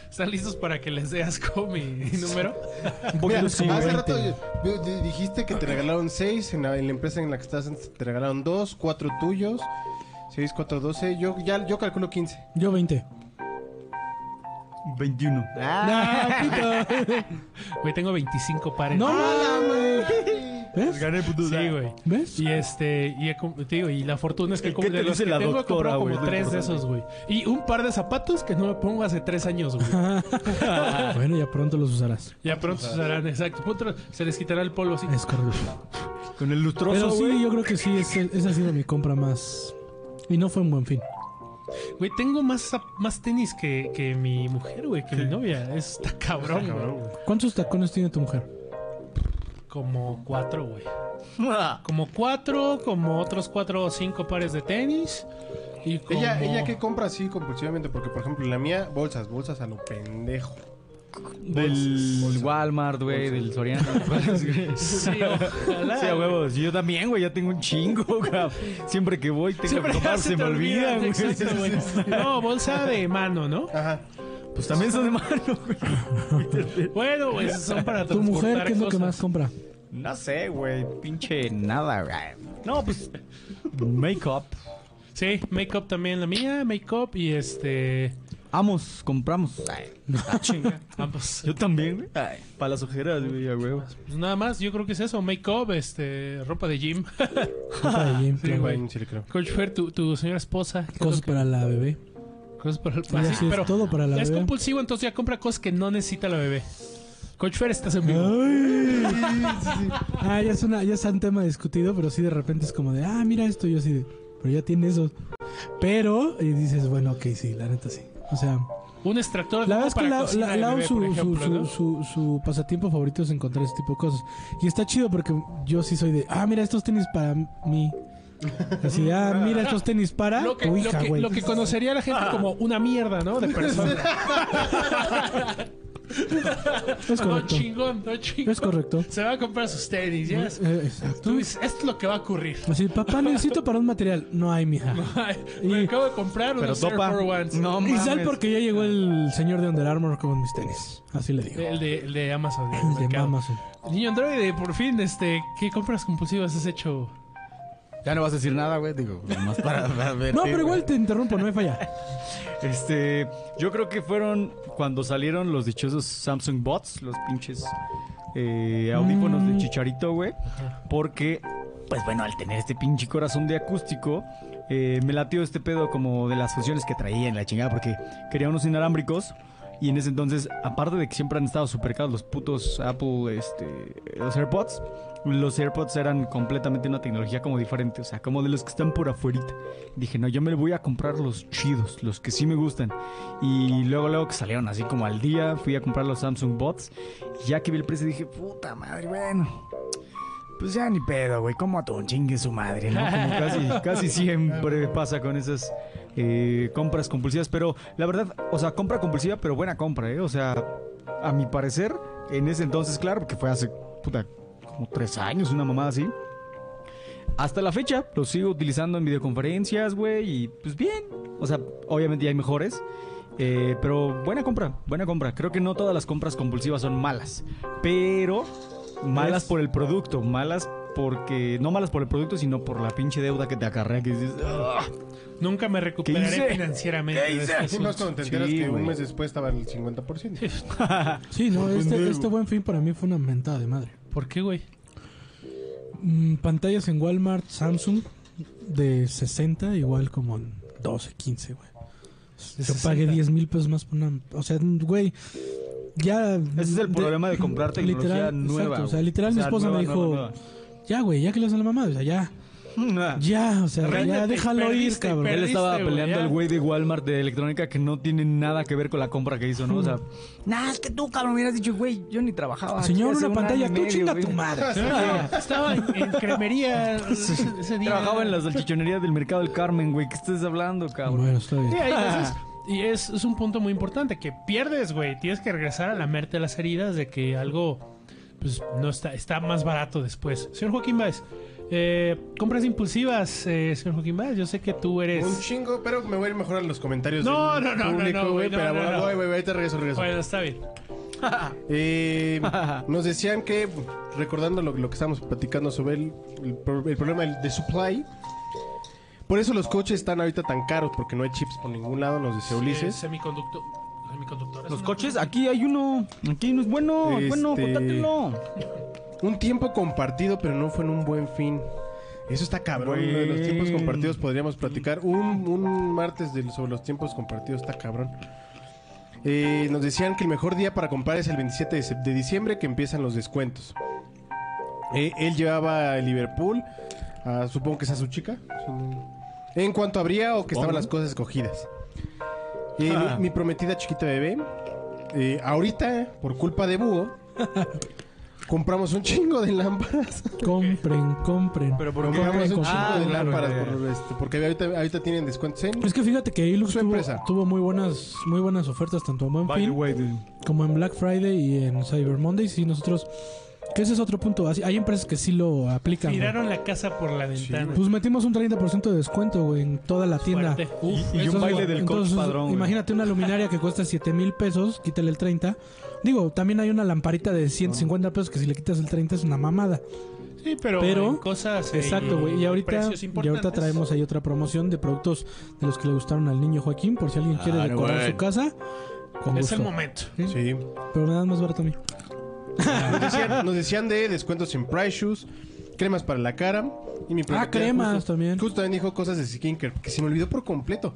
¿Están listos para que les dé asco mi número? Un Mira, poquito sí, hace 20. rato yo- yo- dijiste que te regalaron seis. En la, en la empresa en la que estás antes te regalaron dos, cuatro tuyos. Seis, cuatro, doce. Yo, ya, yo calculo quince. Yo 20. 21. Ah, puta. Güey, tengo 25 pares. Ah, No mames. ¿Ves? Pues Gané puto. Sí, güey. ¿Ves? Y este, y, he com- te digo, y la fortuna es que, ¿Qué- como- qué te de los dice que la tengo he doctora, comprado güey? como Es lo tres de esos, güey. Y un par de zapatos que no me pongo hace tres años, güey. bueno, ya pronto los usarás. ya pronto se usarán, exacto. Pronto se les quitará el polvo así. Es correcto. Con el Pero lustroso, sí, güey. yo creo que sí, ese- esa ha sido mi compra más. Y no fue un buen fin. Güey, tengo más, zap- más tenis que, que mi mujer, güey, que mi novia. Está cabrón, güey. ¿Cuántos tacones tiene tu mujer? Como cuatro, güey. Como cuatro, como otros cuatro o cinco pares de tenis. Y como... Ella, ella que compra así compulsivamente, porque por ejemplo la mía, bolsas, bolsas a lo pendejo. Del pues, Walmart, güey, del Soriana. Sí, ojalá. Sí, a huevos. Yo también, güey, ya tengo un chingo, güey. Siempre que voy, tengo Siempre que comprar, ya se me olvida, güey. exacto, güey. No, bolsa de mano, ¿no? Ajá. Pues también son de mano, güey. Bueno, güey, son para Tu mujer, ¿qué es lo que más transportar compra? No sé, güey, pinche nada, güey. No, pues make-up. cosas. Sí, make-up también la mía, make-up y este... Amos, compramos. Ay, chinga. Ambos. Yo también, güey. Ay, Para las ojeras, güey, a huevos. Pues nada más, yo creo que es eso, make-up, este, ropa de gym. Compra de gym, claro. Bueno, sí le creo. Coach Fer, tu, tu señora esposa. ¿qué es lo Cosas que- para la bebé. Cosas para el Y así es, todo para la es bebé. compulsivo, entonces Ah, ya compra cosas que no necesita la bebé. Coach Fer, estás en vivo. Ay. Ah, ya es, una, ya es un tema discutido, pero sí de repente es como de, ah, mira esto, y yo así de, pero ya tiene eso. Pero, y dices, bueno, ok, sí, la neta sí. O sea, Un extractor de la humo verdad es que Pues para la- cocina la- de Lau bebé, su, por su- ejemplo, su- ¿no? su- su pasatiempo favorito es encontrar ese tipo de cosas. Y está chido porque yo sí soy de, ah, mira estos tenis para mí. Así, de, ah, mira estos tenis para Lo que, tu lo hija, que- güey. Ah. lo que conocería la gente como una mierda, ¿no? De persona. Es no correcto. chingón, no chingón. Es correcto. Se va a comprar sus tenis, ¿ya? Eh, Exacto. Tú dices, esto es lo que va a ocurrir. Así, papá, necesito para un material. No hay, mija. Ay, Me Y- acabo de comprar Pero unos Air topa. Force Ones. No Y mames. sal porque ya llegó el señor de Under Armour con mis tenis. Así le digo. El de, el de Amazon. el El de mercado. Amazon. Niño androide, por fin, este, ¿qué compras compulsivas has hecho? Ya no vas a decir nada, güey. Digo, nomás para, para ver. No, pero igual te interrumpo, no hay falla. Este, yo creo que fueron cuando salieron los dichosos Samsung Bots, los pinches eh, audífonos de chicharito, güey. Porque, pues bueno, al tener este pinche corazón de acústico, eh, me latió este pedo como de las funciones que traía en la chingada, porque quería unos inalámbricos. Y en ese entonces, aparte de que siempre han estado super caros los putos Apple, este, los AirPods, los AirPods eran completamente una tecnología como diferente, o sea, como de los que están por afuerita. Dije, no, yo me voy a comprar los chidos, los que sí me gustan. Y luego, luego que salieron así como al día, fui a comprar los Samsung Bots. Y ya que vi el precio dije, puta madre, bueno. Pues ya ni pedo, güey, como a ton chingue su madre, ¿no? Como casi, casi siempre pasa con esas eh, compras compulsivas. Pero la verdad, o sea, compra compulsiva, pero buena compra, ¿eh? O sea, a mi parecer, en ese entonces, claro, porque fue hace, puta, como tres años, una mamada así. Hasta la fecha lo sigo utilizando en videoconferencias, güey, y pues bien. O sea, obviamente ya hay mejores. eh, pero buena compra, buena compra. Creo que no todas las compras compulsivas son malas. Pero malas por el producto, malas porque... No malas por el producto, sino por la pinche deuda que te acarrea que dices... "Ah". Nunca me recuperaré financieramente. de este Sí, no es asunto. cuando te enteras Sí, que güey. un mes después estaba el 50%. Sí, no, este, este buen fin para mí fue una mentada de madre. ¿Por qué, güey? Mm, pantallas en Walmart, Samsung, de 60, igual como en 12, 15, güey. De Yo pagué 60. 10 mil pesos más por una... O sea, güey, ya... Ese es el problema de comprar tecnología literal, nueva. exacto, o sea, güey. literal mi esposa me nueva, dijo, nueva, nueva. Ya, güey, ya que le hacen la mamá, o sea, ya. Ya, o sea, Réndete, ya déjalo ir, perdiste, cabrón. perdiste. Él estaba güey, peleando ya. al güey de Walmart de electrónica que no tiene nada que ver con la compra que hizo, ¿no? O sea, Nah, es que tú, cabrón, me hubieras dicho, güey, yo ni trabajaba. aquí Señor, hace una un año pantalla, y tú medio, chinga güey. tu madre. Estaba en, en cremería ese ese día. trabajaba en la salchichonería del mercado del Carmen, güey. ¿Qué estás hablando, cabrón? Bueno, está Sí, bien. hay veces- Y es, es un punto muy importante que pierdes, güey. Tienes que regresar a lamerte las heridas de que algo pues no está está más barato después. Señor Joaquín Báez, eh, compras impulsivas, eh, señor Joaquín Báez. Yo sé que tú Un eres. chingo, pero me voy a ir mejor a los comentarios. No, del no, no, no, público, no, güey. güey, no, no, pero bueno, no. voy, voy, ahorita regreso, regreso. Bueno, está bien. Eh, nos decían que, recordando lo, lo que estábamos platicando sobre el, el pro- el problema del- de supply, por eso los coches están ahorita tan caros, porque no hay chips por ningún lado, nos decía Eh, Ulises. semiconducto- semiconductores, Los ¿no? coches, aquí hay uno. Aquí no es bueno, es bueno, Este- contátelo. Un tiempo compartido, pero no fue en un buen fin. Eso está cabrón. lo de los tiempos Buen. compartidos podríamos platicar un, un martes del- sobre los tiempos compartidos. Está cabrón. Eh, nos decían que el mejor día para comprar es el 27 de, sep- de diciembre, que empiezan los descuentos. Eh, él llevaba a Liverpool, a- supongo que es a su chica. su- En cuanto abría o que estaban las cosas escogidas. Eh, mi, mi prometida chiquita bebé, eh, ahorita, por culpa de Búho, compramos un chingo de lámparas. Compren, compren. Pero ¿por qué? Compramos un chingo Ah, de claro, lámparas ya, ya. por este, porque ahorita, ahorita tienen descuentos en... Es que fíjate que Ilux Su empresa. tuvo, tuvo muy buenas muy buenas ofertas tanto en Buen Fin como en Black Friday y en Cyber Monday. Y nosotros, que ese es otro punto. Así, hay empresas que sí lo aplican. güey. Tiraron la casa por la ventana. Pues metimos un 30% de descuento güey, en toda la tienda. Fuerte. Y un Entonces, baile del coach entonces, padrón. güey. Imagínate una luminaria que cuesta 7 mil pesos, quítale el 30. Digo, también hay una lamparita de 150 pesos que si le quitas el 30 es una mamada. Sí, pero, Pero- en cosas. eh, Exacto, güey. Y ahorita, precios y ahorita importantes. traemos ahí otra promoción de productos de los que le gustaron al niño Joaquín, por si alguien quiere Claro, decorar güey. su casa. Con Es gusto. el momento. Sí. Pero me dan más barato a mí. Nos decían, nos decían de descuentos en Price Shoes, cremas para la cara y mi prometida cremas justo- también. Justo también dijo cosas de skincare que se me olvidó por completo.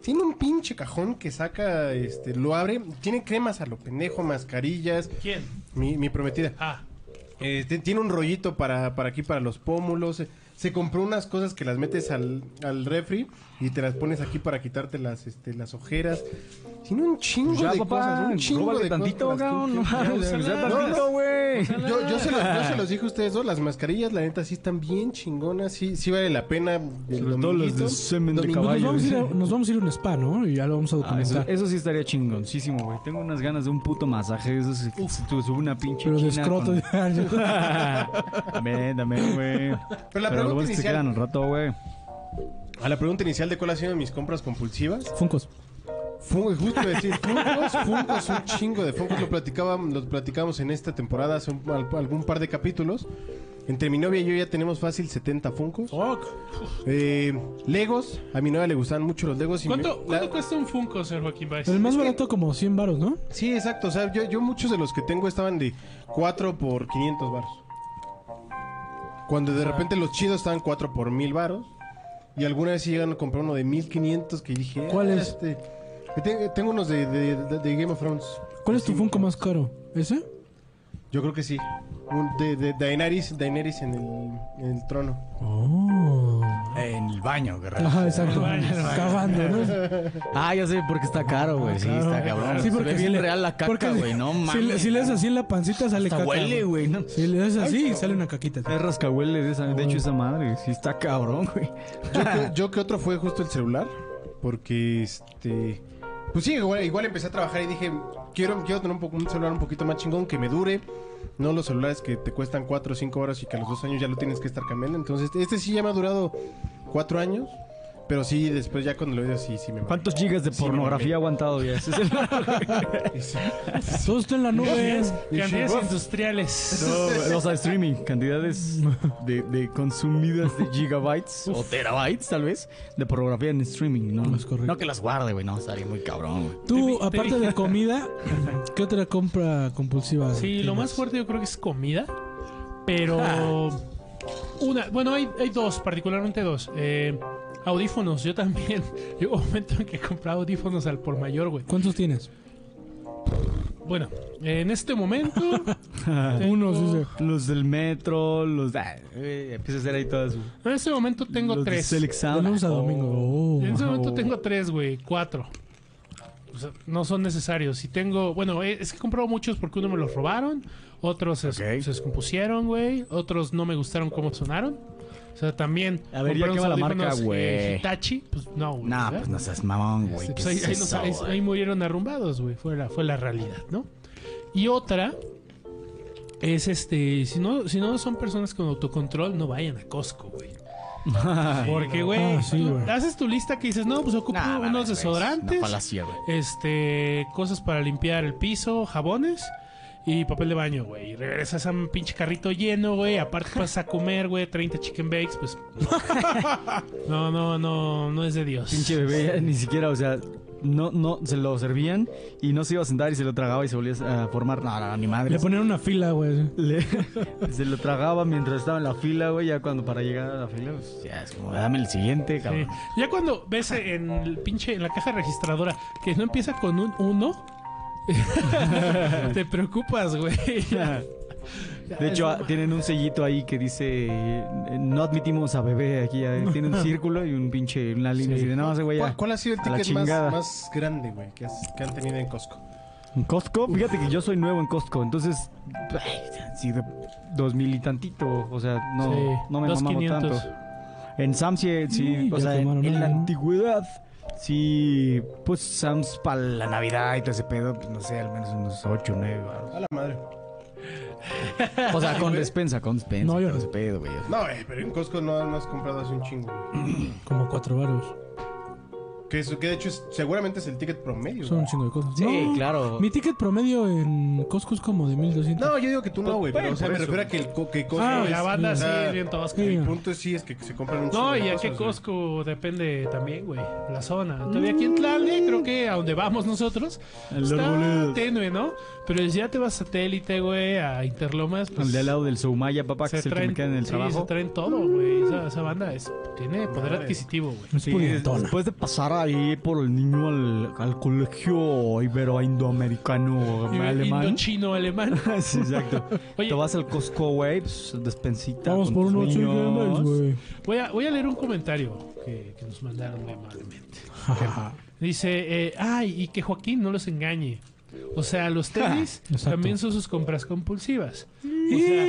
Tiene un pinche cajón que saca, este, lo abre, tiene cremas a lo pendejo, mascarillas, ¿Quién? mi, mi prometida. Ah, Eh, te- tiene un rollito para, para aquí, para los pómulos. eh, Se compró unas cosas que las metes al, al refri y te las pones aquí para quitarte las, este, las ojeras. Tiene un chingo Ya, de papá, cosas, un chingo róbale de tantito, cosas. para las cabrón, que- no Ya, mames, úsalas. ya No, tantito, güey. Yo, yo se los, yo se los dije a ustedes dos, las mascarillas, la neta, sí están bien chingonas, sí, sí vale la pena. el Sobre todo las de dominguito, semen de dominguito. Pues nos, Caballo, vamos a ir a, dice. nos vamos a ir a un spa, ¿no? Y ya lo vamos a Ah, eso, documentar. eso sí estaría chingoncísimo, güey. Tengo unas ganas de un puto masaje. Eso sí, si tú sube una pinche. Pero de china escroto. con- También, también, güey. Pero la Pero pregunta luego se inicial- quedan un rato, güey. A la pregunta inicial de cuál ha sido mis compras compulsivas. Funcos. Fun- justo iba a decir, Funkos, Funkos, un chingo de Funkos. Lo platicábamos, lo platicamos en esta temporada hace un- al- algún par de capítulos. Entre mi novia y yo ya tenemos fácil 70 Funkos. Eh, Legos, a mi novia le gustan mucho los Legos. y me- ¿Cuánto, la- cuánto cuesta un Funko, señor Joaquín Baez? El más barato como 100 varos, ¿no? Sí, exacto. O sea, yo, yo muchos de los que tengo estaban de 4 por 500 varos. Cuando de repente los chidos estaban 4 por 1000 varos. Y alguna vez sí llegaron a comprar uno de 1500 que dije... ¿Cuál "Ah, es? este, que te- Tengo unos de, de- de- de Game of Thrones. ¿Cuál es tu Funko más caro? ¿Ese? Yo creo que sí. Un de, de Daenerys, Daenerys en, el, en el trono. Oh. En el baño, guerrero. Ajá, exacto. Cagando, ¿no? Ah, ya sé, porque está caro, güey. Sí, está cabrón. Sí, porque es bien le- real la porque caca, güey. No si le- mames. Si le das así en la pancita, sale Hasta caca. huele, güey. No. Si le das así, sale una caquita. Es rascahuele de, esa, de hecho esa madre. Sí, está cabrón, güey. Yo, que- yo que otro fue justo el celular. Porque este. Pues sí, igual, igual empecé a trabajar y dije, quiero, quiero tener un, poco- un celular un poquito más chingón que me dure. No los celulares que te cuestan 4 o 5 horas y que a los 2 años ya lo tienes que estar cambiando. Entonces, este sí ya me ha durado 4 años. Pero sí, después ya cuando lo veo, sí, sí me va. ¿Cuántos gigas de pornografía mamé. ha aguantado ya? Ese es el- Todo está en la nube. Cantidades- Cantidades industriales. No, o sea, streaming, cantidades de, de consumidas de gigabytes o terabytes, tal vez, de pornografía en streaming, ¿no? Es correcto. No que las guarde, güey, no, estaría muy cabrón, güey. Te Tú, vi- te aparte vi. de comida, ¿qué otra compra compulsiva? Sí, lo tienes? más fuerte yo creo que es comida. Pero. Una. Bueno, hay, hay dos, particularmente dos. Eh, audífonos, yo también. Llegó un momento en que compraba audífonos al por mayor, güey. ¿Cuántos tienes? Bueno, en este momento. Unos, dice. Los del metro, los. ah, eh, empieza a hacer ahí todas. En este momento tengo los de tres. Select Sound. De Ah, lunes a domingo. Oh. En este momento tengo tres, güey. Cuatro. O sea, no son necesarios. Si tengo. Bueno, eh, es que he comprado muchos porque uno me los robaron. Otros se, Ok. se descompusieron, güey. Otros no me gustaron cómo sonaron. O sea, también. A ver, ya compré unos que va la marca, audífonos, eh, güey. Hitachi. Pues no, güey. Nah, ¿verdad? pues no seas mamón, güey. ¿qué Pues ahí, es ahí nos- eso, ahí- güey? ahí murieron arrumbados, güey. Fue la, fue la realidad, ¿no? Y otra es este. Si no, si no son personas con autocontrol, no vayan a Costco, güey. Porque, güey, Ah, sí, tú güey. haces tu lista que dices, no, pues ocupo Nah, unos mames, güey, es una desodorantes, falacia, güey. este, cosas para limpiar el piso, jabones y papel de baño, güey. Y regresas a un pinche carrito lleno, güey. Aparte vas a comer, güey, 30 chicken bakes, pues. No, no, no, no es de Dios. Pinche bebé, ya ni siquiera, o sea, no, no, se lo servían y no se iba a sentar y se lo tragaba y se volvía a formar. No, no, no, ni madre. Le ponen una fila, güey. Le- se lo tragaba mientras estaba en la fila, güey, ya cuando para llegar a la fila, pues, ya es como, dame el siguiente, Sí. cabrón. Ya cuando ves en el pinche en la caja registradora que no empieza con un 1, te preocupas, güey. Ah, De hecho, ah, tienen un sellito ahí que dice, eh, no admitimos a bebé aquí, ya, eh, tiene un círculo y un pinche, una línea Sí. y de nada más, güey, ya. Pues, ¿Cuál, cuál ha sido el a la ticket más, chingada. más grande, güey, que, has- que han tenido en Costco? Costco, fíjate que yo soy nuevo en Costco, entonces, ay, sí, de dos mil y tantito, o sea, no, Sí, no me dos mamaba 500. tanto. En Sam's sí, sí, Sí, o ya sea, en, tomaron en la algo, ¿no? antigüedad, sí, pues Sam's para la Navidad y todo ese pedo, pues no sé, al menos unos 8, 9 A la madre. O sea, con despensa, con despensa. No, yo todo no. ese pedo, güey. No, güey, pero en Costco no, no has comprado hace un chingo, güey. Como cuatro varos. Que, eso- que de hecho es- seguramente es el ticket promedio. Son güey. un chingo de cosas. Sí, No, claro. Mi ticket promedio en Costco es como de 1200. No, yo digo que tú no, güey, pero o sea, me refiero a que el co- que Costco Ah, es- la banda o sí, sea, bien tosca. Sí. El punto es sí, es que se compran un No, y de a qué cosas, güey. Costco depende también, güey, la zona. Todavía aquí en Tlale, creo que a donde vamos nosotros, Mm. El está Arboledas. tenue, ¿no? Pero si ya te vas a Satélite, güey, a Interlomas, pues... El de al lado del Soumaya, papá, que se es el que traen, me queda en el sí, se trabajo. traen todo, güey. Esa, esa banda es, tiene poder adquisitivo, güey. Es Sí, pudientona. después de pasar ahí por el niño al, al colegio ibero-indoamericano Y- alemán. Indochino alemán. Sí, exacto. Oye. Te vas al Costco, güey, pues, despensita. Vamos con por tus unos chicken niños. legs, güey. Voy a, voy a leer un comentario que, que nos mandaron muy amablemente. Dice, eh, ay, y que Joaquín no los engañe. O sea, los tenis Ah, exacto. también son sus compras compulsivas. O sea,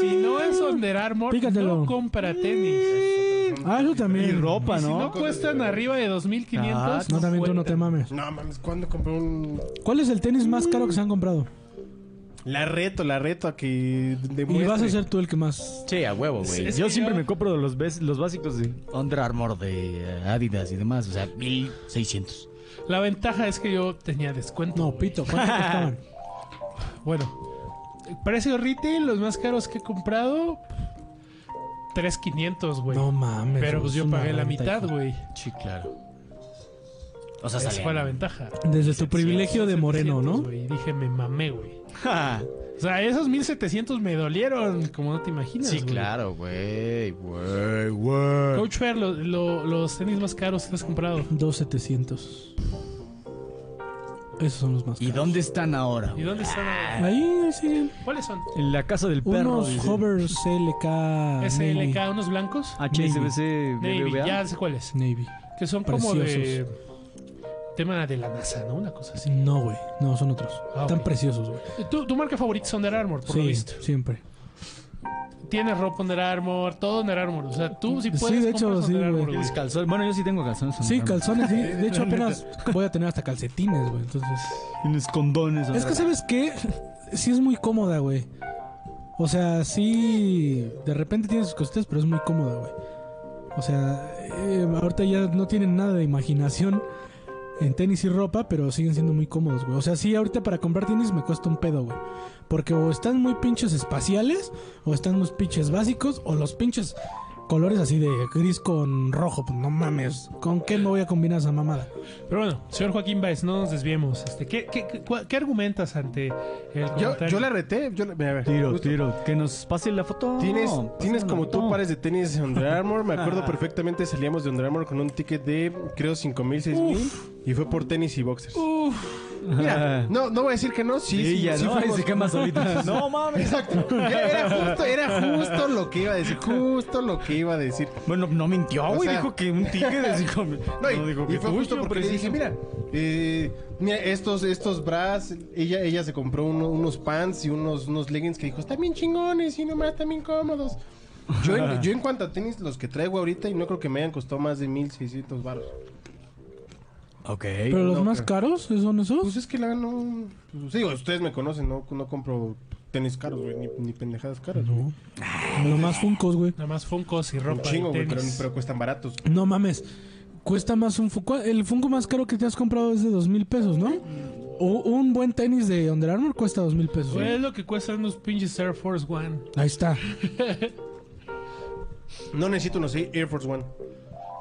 si no es Under Armour, Pícatelo. no compra tenis. Mm. Ah, eso Y también. ropa, Y si ¿no? no cuestan arriba de 2.500, Ah, No, también tú no te cuentan. mames. No mames, ¿cuándo compré un ¿Cuál es el tenis Mm. más caro que se han comprado? la reto, la reto a que Y demuestre? vas a ser tú el que más. Sí, a huevo, güey. es yo que siempre yo- me compro los, bes- los básicos de Under Armour, de eh, Adidas y demás. O sea, 1600. La ventaja es que yo tenía descuento. No, güey. pito, ¿cuánto costaban? Bueno, precio retail, los más caros que he comprado, 3.500, güey. No mames. Pero güey, pues es yo una pagué la renta, mitad, hijo. güey. Sí, claro. O sea, Esa salía. fue la ventaja. Desde tu privilegio de 1700, moreno, ¿no? güey. Y dije, me mamé, güey. O sea, esos 1700 me dolieron, como no te imaginas. Sí, güey. claro, güey, güey, güey. Coach Fair, lo- lo- los tenis más caros que has comprado. 2700. Esos son los más ¿Y caros. dónde están ahora? ¿Y dónde están? ahora? Ahí ahí siguen. ¿Cuáles son? En la casa del perro. Unos dice. Hover CLK. SLK, unos blancos. Ah, HSBC, Navy, BBVA. ya sé cuáles. Navy. Que son como de. Preciosos. Tema de la NASA, ¿no? Una cosa así. No, güey. No, son otros. Ah, Están ok. preciosos, güey. ¿Tu, tu marca favorita es Under Armour, por lo Sí, visto. siempre. Tienes ropa Under Armour, todo Under Armour. O sea, tú si Sí, puedes. de hecho, compras sí, Under güey. Armour, Tienes calzones. Bueno, yo sí tengo calzones. Sí, Under Armour. calzones. sí. De hecho, apenas voy a tener hasta calcetines, güey. Entonces. Tienes condones. Es que, ¿sabes qué? Sí es muy cómoda, güey. O sea, sí... De repente tiene sus cositas, pero es muy cómoda, güey. O sea, eh, ahorita ya no tienen nada de imaginación en tenis y ropa, pero siguen siendo muy cómodos, güey. O sea, sí, ahorita para comprar tenis me cuesta un pedo, güey. Porque o están muy pinches espaciales, o están los pinches básicos, o los pinches colores así de gris con rojo. Pues no mames, ¿con qué me voy a combinar esa mamada? Pero bueno, señor Joaquín Baez, no nos desviemos. Este, ¿qué, qué, qué, cua- qué argumentas ante el Yo, comentario? yo la reté, yo la- mira, a ver, Tiro, justo. tiro. Que nos pase la foto. Tienes, Pásame tienes la como tú foto. pares de tenis de Under Armour. Me acuerdo perfectamente, salíamos de Under Armour con un ticket de creo 5 mil, 6 mil. Y fue por tenis y boxers. Uf, Mira, no, no voy a decir que no, sí, sí, ya, sí ¿no? Ahí fuimos- se quema solito. No mames. Exacto. Era, era justo, era justo lo que iba a decir, justo lo que iba a decir. Bueno, no mintió, O güey. sea- dijo que un tigre de cinco mil. No, y, No, dijo y que fue justo porque le dije, mira, eh, mira, estos, estos bras, ella, ella se compró uno- unos pants y unos, unos leggings que dijo, están bien chingones y nomás están bien cómodos. Yo en, yo en cuanto a tenis, los que traigo ahorita y no creo que me hayan costado más de 1600 baros. Ok. Pero los no, más pero- caros son Pues esos. es que la no... pues, digo, ustedes me conocen, no, no compro tenis caros, güey, ni, ni pendejadas caras. güey. No. Los más funcos, güey. Nada más funcos y Un ropa chingo, y güey, pero, tenis. pero cuestan baratos. No mames. Cuesta más un Funko. El Funko más caro que te has comprado es de dos mil pesos, ¿no? O un buen tenis de Under Armour cuesta dos mil pesos. Güey, es lo que cuestan unos pinches Air Force One. Ahí está. No necesito, no sé, Air Force One.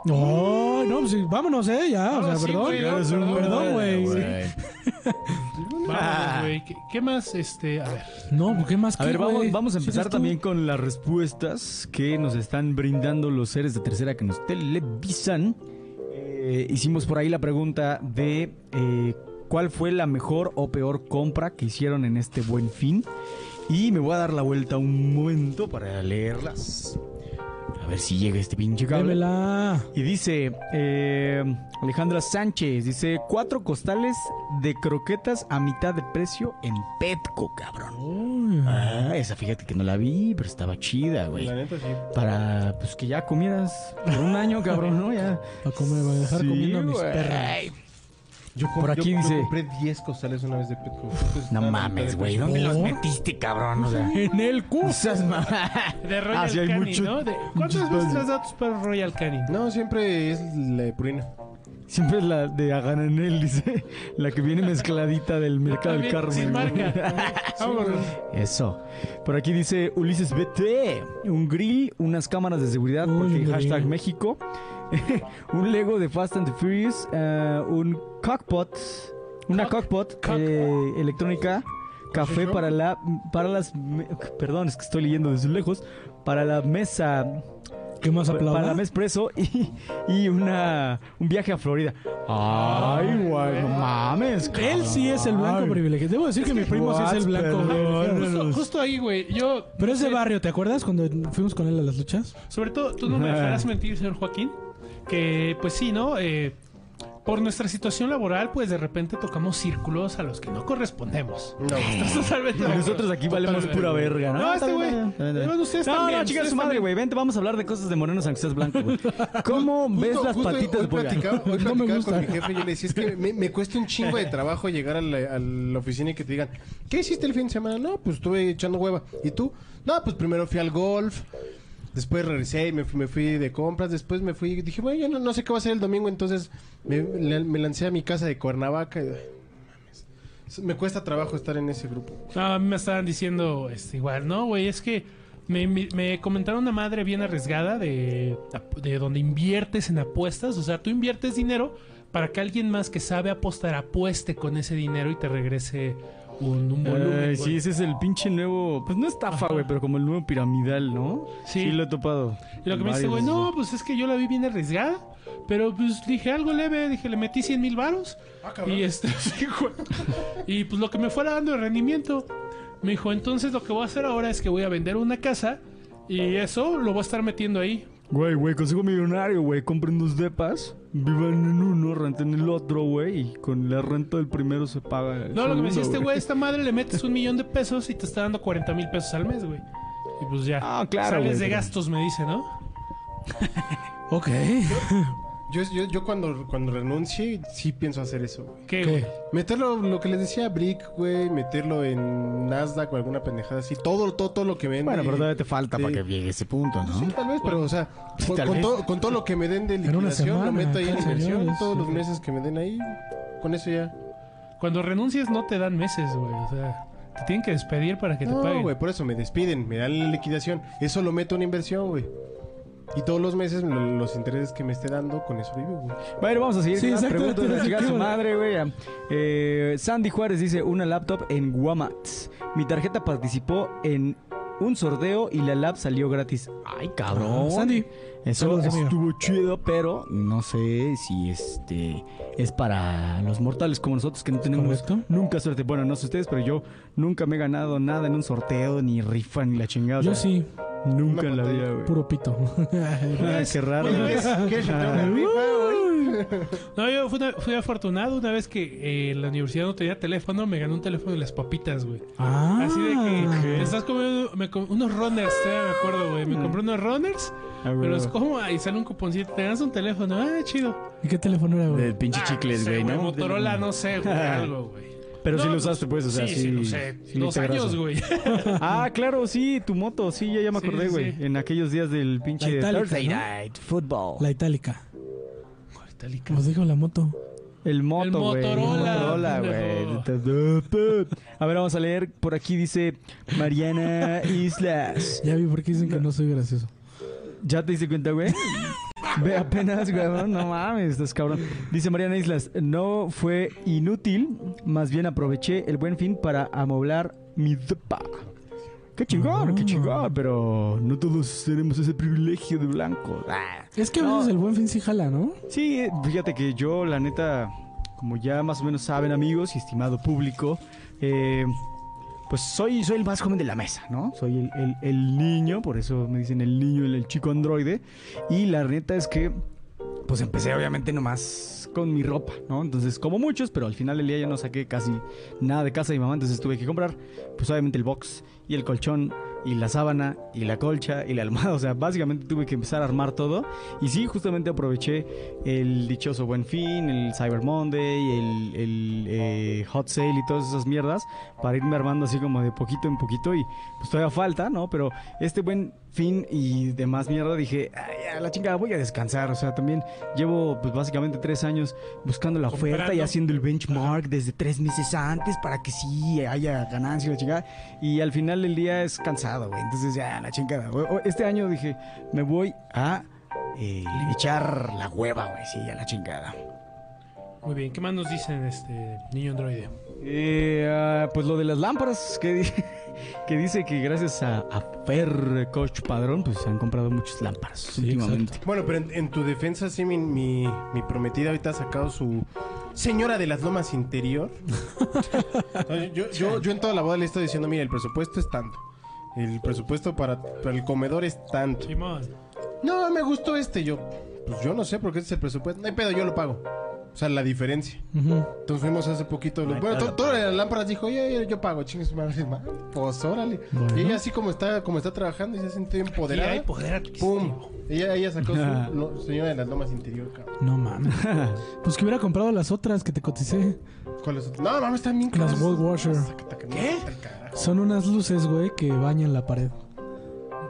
No, no, pues sí, vámonos, eh, ya. No, o sea, sí, perdón. güey, no, Eres un- perdón, perdón, güey. Ah. Vámonos, güey. ¿Qué, qué más? Este, a ver. No, pues, ¿qué más qué, A ver, vamos, güey? vamos a Sí, empezar tú. también con las respuestas que nos están brindando los seres de tercera que nos televisan. Eh, hicimos por ahí la pregunta de eh, cuál fue la mejor o peor compra que hicieron en este buen fin. Y me voy a dar la vuelta un momento para leerlas. A ver si llega este pinche cable. Démela. Y dice eh, Alejandra Sánchez, dice cuatro costales de croquetas a mitad de precio en Petco, cabrón. Ah, esa fíjate que no la vi, pero estaba chida, güey. La neta, sí. Para pues que ya comieras por un año, cabrón, ¿no? Ya. A comer, voy a dejar Sí, comiendo a mis güey. perras. Yo Por aquí yo- yo dice- compré 10 costales una vez de Petco. Pues, No mames, güey. ¿Dónde los metiste, cabrón? O sea, En el cu. esas mamadas. De Royal Ah, sí, hay Canin, mucho- ¿no? De- ¿Cuántas veces has dado tus perros Royal Canin? No, siempre es la de Purina. Siempre es la de Agananel, dice. La que viene mezcladita del mercado del También, Carmen. sin güey. marca. Vámonos. Eso. Por aquí dice Ulises BT. Un grill, unas cámaras de seguridad, Uy, porque un hashtag grill. México. un Lego de Fast and the Furious. eh, un cockpot. Una cockpot cock- eh, electrónica. Café show? para la para las me- perdón, es que estoy leyendo desde lejos. Para la mesa. ¿Qué más pa- Para la aplauda? mesa preso y, y una un viaje a Florida. Ay, güey, no mames. Él sí es el blanco cabrón. privilegiado. Debo decir que mi primo sí es el blanco. Perdón. privilegiado. Justo, justo ahí, güey. Yo. Pero no es de sé, barrio, ¿te acuerdas cuando fuimos con él a las luchas? Sobre todo, tú no Ah. me dejarás mentir, señor Joaquín. Que, pues sí, ¿no? Eh, por nuestra situación laboral, pues de repente tocamos círculos a los que no correspondemos. No, Estás totalmente de Y acuerdo. nosotros aquí valemos Totalmente. pura verga, ¿no? No, este Está güey. bien, está bien, está bien. Bueno, ustedes No, también. no, chinga ustedes su madre, también. güey. Vente, vamos a hablar de cosas de morenos aunque seas blanco, güey. ¿Cómo ves Justo- las justo patitas hoy de pollo? platicaba, hoy No me platicaba gusta. con mi jefe y yo le decía, es que me, me cuesta un chingo de trabajo llegar a la, a la oficina y que te digan, ¿qué hiciste el fin de semana? No, pues estuve echando hueva. ¿Y tú? No, pues primero fui al golf, después regresé y me, fui- me fui de compras, después me fui y dije, bueno, yo no, no sé qué va a ser el domingo, entonces me, la- me lancé a mi casa de Cuernavaca. y, ay, mames. Me cuesta trabajo estar en ese grupo. No, a mí me estaban diciendo este, igual, no, güey, es que me, me- me comentaron una madre bien arriesgada de, de donde inviertes en apuestas, o sea, tú inviertes dinero para que alguien más que sabe apostar apueste con ese dinero y te regrese un, un volumen. güey. Ay, sí, ese es el pinche nuevo. Pues no estafa, Ajá. güey, pero como el nuevo piramidal, ¿no? Sí. lo he topado. Y lo que me dice, Varios güey, de no, pues es que yo la vi bien arriesgada, pero pues dije algo leve, dije, le metí 100 mil varos. y este, sí, güey. y pues lo que me fuera dando de rendimiento, me dijo, entonces lo que voy a hacer ahora es que voy a vender una casa y eso lo voy a estar metiendo ahí. esos. Güey, güey, consigo millonario, güey. Compren dos depas, vivan en uno, renten el otro, güey. Y con la renta del primero se paga. el No, lo que me segundo, decía este güey, esta madre le metes un millón de pesos y te está dando 40 mil pesos al mes, güey. Y pues ya. Ah, claro, Sales güey, de pero- gastos, me dice, ¿no? Ok. Yo, yo, yo cuando, cuando renuncie, sí pienso hacer eso, güey. ¿Qué, ¿Qué? güey? Meterlo, lo que les decía Brick, güey, meterlo en Nasdaq o alguna pendejada así, todo, todo, todo lo que me den. Bueno, de- pero todavía te falta para que llegue ese punto, Sí, ¿no? tal vez, pero o sea, Sí, con, tal con vez. todo, con todo lo que me den de En una liquidación, lo semana, meto ahí en acá, inversión, señores. todos los meses que me den ahí, con eso ya. Cuando renuncias no te dan meses, güey. O sea, te tienen que despedir para que te No, paguen. güey, por eso me despiden, me dan la liquidación, eso lo meto en inversión, güey. Y todos los meses lo- los intereses que me esté dando, con eso vivo, güey. Bueno, vamos a seguir Sí, con las exacto, preguntas de te- chingar a su te- madre, güey. Eh, Sandy Juárez dice, una laptop en Guamat. Mi tarjeta participó en un sorteo y la lab salió gratis. Ay, cabrón. Ah, Sandy. Eso Saludos, amigo. estuvo chido, pero no sé si este es para los mortales como nosotros que no tenemos Correcto. nunca suerte. Bueno, no sé ustedes, pero yo nunca me he ganado nada en un sorteo, ni rifa, ni la chingada. O Yo sea, sí, Nunca Una en la pantalla. vida, güey. puro pito. Ah, qué raro. Ah, Oye, güey. ¿ves? ¿Quieres entrar a una rifa, güey? No, yo fui, una- fui afortunado una vez que eh, en la universidad no tenía teléfono, me ganó un teléfono de las papitas, güey. Ah, Así de que estás comiendo me com- unos runners, eh, me acuerdo, güey. Me compré unos runners, Ah, me güey. los como ah, y sale un cuponcito. Te ganas un teléfono, ah, chido. ¿Y qué teléfono era, güey? Del pinche Ah, chicles, sé, güey, ¿no? Motorola, no sé, güey, algo, güey. Pero sí No, lo usaste, pues, o sea, sí, sí. sí, lo usé. sí le Dos hice años, graso. güey. Ah, claro, sí, tu moto, sí, ya, ya me Sí, acordé, sí, güey. sí. En aquellos días del La pinche itálica, Thursday ¿no? Night Football. La itálica. Metálica. Os dijo la moto. El moto, güey. Motorola, Motorola, güey. A ver, vamos a leer. Por aquí dice Mariana Islas. Ya vi por qué dicen que no soy gracioso. ¿Ya te diste cuenta, güey? Ve apenas, güey. No, no mames, estás cabrón. Dice Mariana Islas. No fue inútil. Más bien aproveché el buen fin para amoblar mi depa. Qué chingón, Ah. qué chingón. Pero no todos tenemos ese privilegio de blanco. Ah. Es que a veces el buen fin sí jala, ¿no? Sí, eh, fíjate que yo, la neta, como ya más o menos saben amigos y estimado público, eh, pues soy, soy el más joven de la mesa, ¿no? Soy el, el- el niño, por eso me dicen el niño, el, el chico androide. Y la neta es que, pues empecé obviamente nomás con mi ropa, ¿no? Entonces, como muchos, pero al final del día ya no saqué casi nada de casa de mi mamá, entonces tuve que comprar, pues obviamente el box y el colchón y la sábana y la colcha y la almohada, o sea, básicamente tuve que empezar a armar todo. Y sí, justamente aproveché el dichoso Buen Fin, el Cyber Monday, el, el, eh, Hot Sale y todas esas mierdas para irme armando así como de poquito en poquito y pues todavía falta, ¿no? Pero este Buen Fin y demás mierda dije, "Ay, a la chingada voy a descansar, o sea, también llevo pues básicamente tres años buscando la oferta y Comprando. haciendo el benchmark desde tres meses antes para que sí haya ganancia y la chingada y al final del día es cansado, güey, entonces ya, la chingada. O- o- Este año dije, me voy a... eh, echar la hueva, güey, sí, a la chingada. Muy bien, ¿qué más nos dicen este niño androide? Eh, ah, pues lo de las lámparas, que, di- que dice que gracias a, a Fer Coach Padrón, pues se han comprado muchas lámparas últimamente. Bueno, pero en, en tu defensa, sí, mi, mi, mi prometida ahorita ha sacado su señora de las lomas interior. Entonces, yo, yo, yo en toda la boda le estoy diciendo, mira, el presupuesto es tanto. El presupuesto para, para el comedor es tanto. Simón. No, me gustó este. Yo, pues yo no sé porque este es el presupuesto. No hay pedo, yo lo pago. O sea, la diferencia. Ujú. Entonces fuimos hace poquito. bueno, to- todas las lámparas dijo, oye, oye, yo pago, chingues su madre. ma, Pues órale. Bueno. Y ella así como está, como está trabajando y se siente Y pues, hay empoderada. poder adquisitivo. ¡Pum! Ella, ella sacó su lo- señora de las lomas interior, cabrón. No mames. Pues que hubiera comprado las otras que te coticé. ¿Cuál es otra? No, mames, están bien Las caras. World Washer. Taca, no, ¿Qué? taca, carajo. Son unas luces, güey, que bañan la pared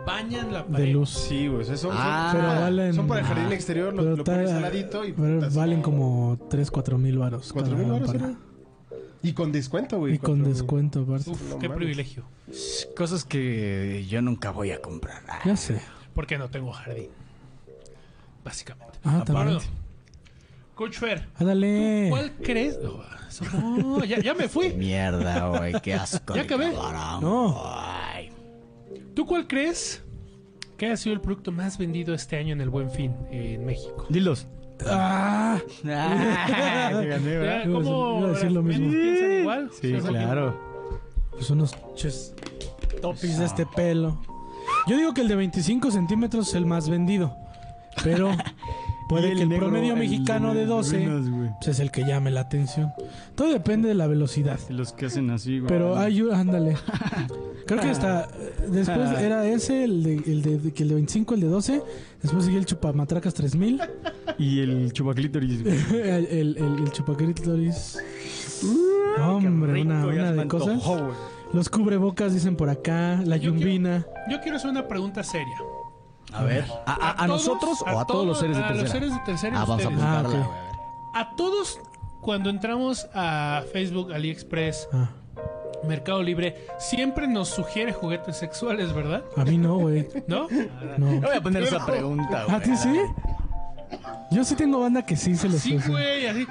Bañan la pared. de luz. Sí, güey. o sea, son, son- Ah, son pero para, valen- son para el jardín ah, exterior, lo, Pero lo ta- pones al ladito y. pero putas, valen como 3, 4 mil varos. ¿Cuatro cada mil varos lámpara. era? Y con descuento, güey. Y con cuatro- descuento, aparte. Uf, No qué mames. privilegio. Cosas que yo nunca voy a comprar. Ah, Ya sé. Porque no tengo jardín. Básicamente. Ah, también. Bueno, Coach Fer, Ándale. ¿cuál crees? No, eso no, ya, ya me fui. Mierda, güey, qué asco. Ya de acabé. cabrón. No. Ay. ¿Tú cuál crees que ha sido el producto más vendido este año en el Buen Fin eh, en México? Dildos. Ah, Ya, Iba a decir- Eh, ¿Cómo? iba a decir lo las- mismo. ¿Piensan igual? Sí, ¿no? claro. pues unos ches topis de este pelo. Yo digo que el de 25 centímetros es el más vendido. Pero Y puede que el negro, promedio el mexicano de 12 venas, güey. pues, es el que llame la atención. Todo depende de la velocidad. Los que hacen así, güey. Pero ay, yo- ándale. Creo que hasta eh, después Ah. era ese, el de, el de, de- que el de 25, el de 12. Después seguía el chupamatracas 3000. Y el chupaclítoris, güey. el, el, el, el chupaclítoris. Hombre, una, Rico, ya una se me de cosas. antojó, güey. Los cubrebocas dicen por acá, la Yo yumbina. Yo quiero hacer una pregunta seria. A ver. ¿A, a- a todos- nosotros o a todos los seres de A los tercera? seres de tercera. y Ah, vamos a ustedes. apuntar. Ah, apuntarla, ok. güey, a ver. A todos, cuando entramos a Facebook, AliExpress, Ah, Mercado Libre, siempre nos sugiere juguetes sexuales, ¿verdad? a mí no, güey. ¿No? No. Yo voy a poner esa pregunta, güey. ¿A ti sí? Yo sí tengo banda que sí se los Sí, pues, usa. güey, así.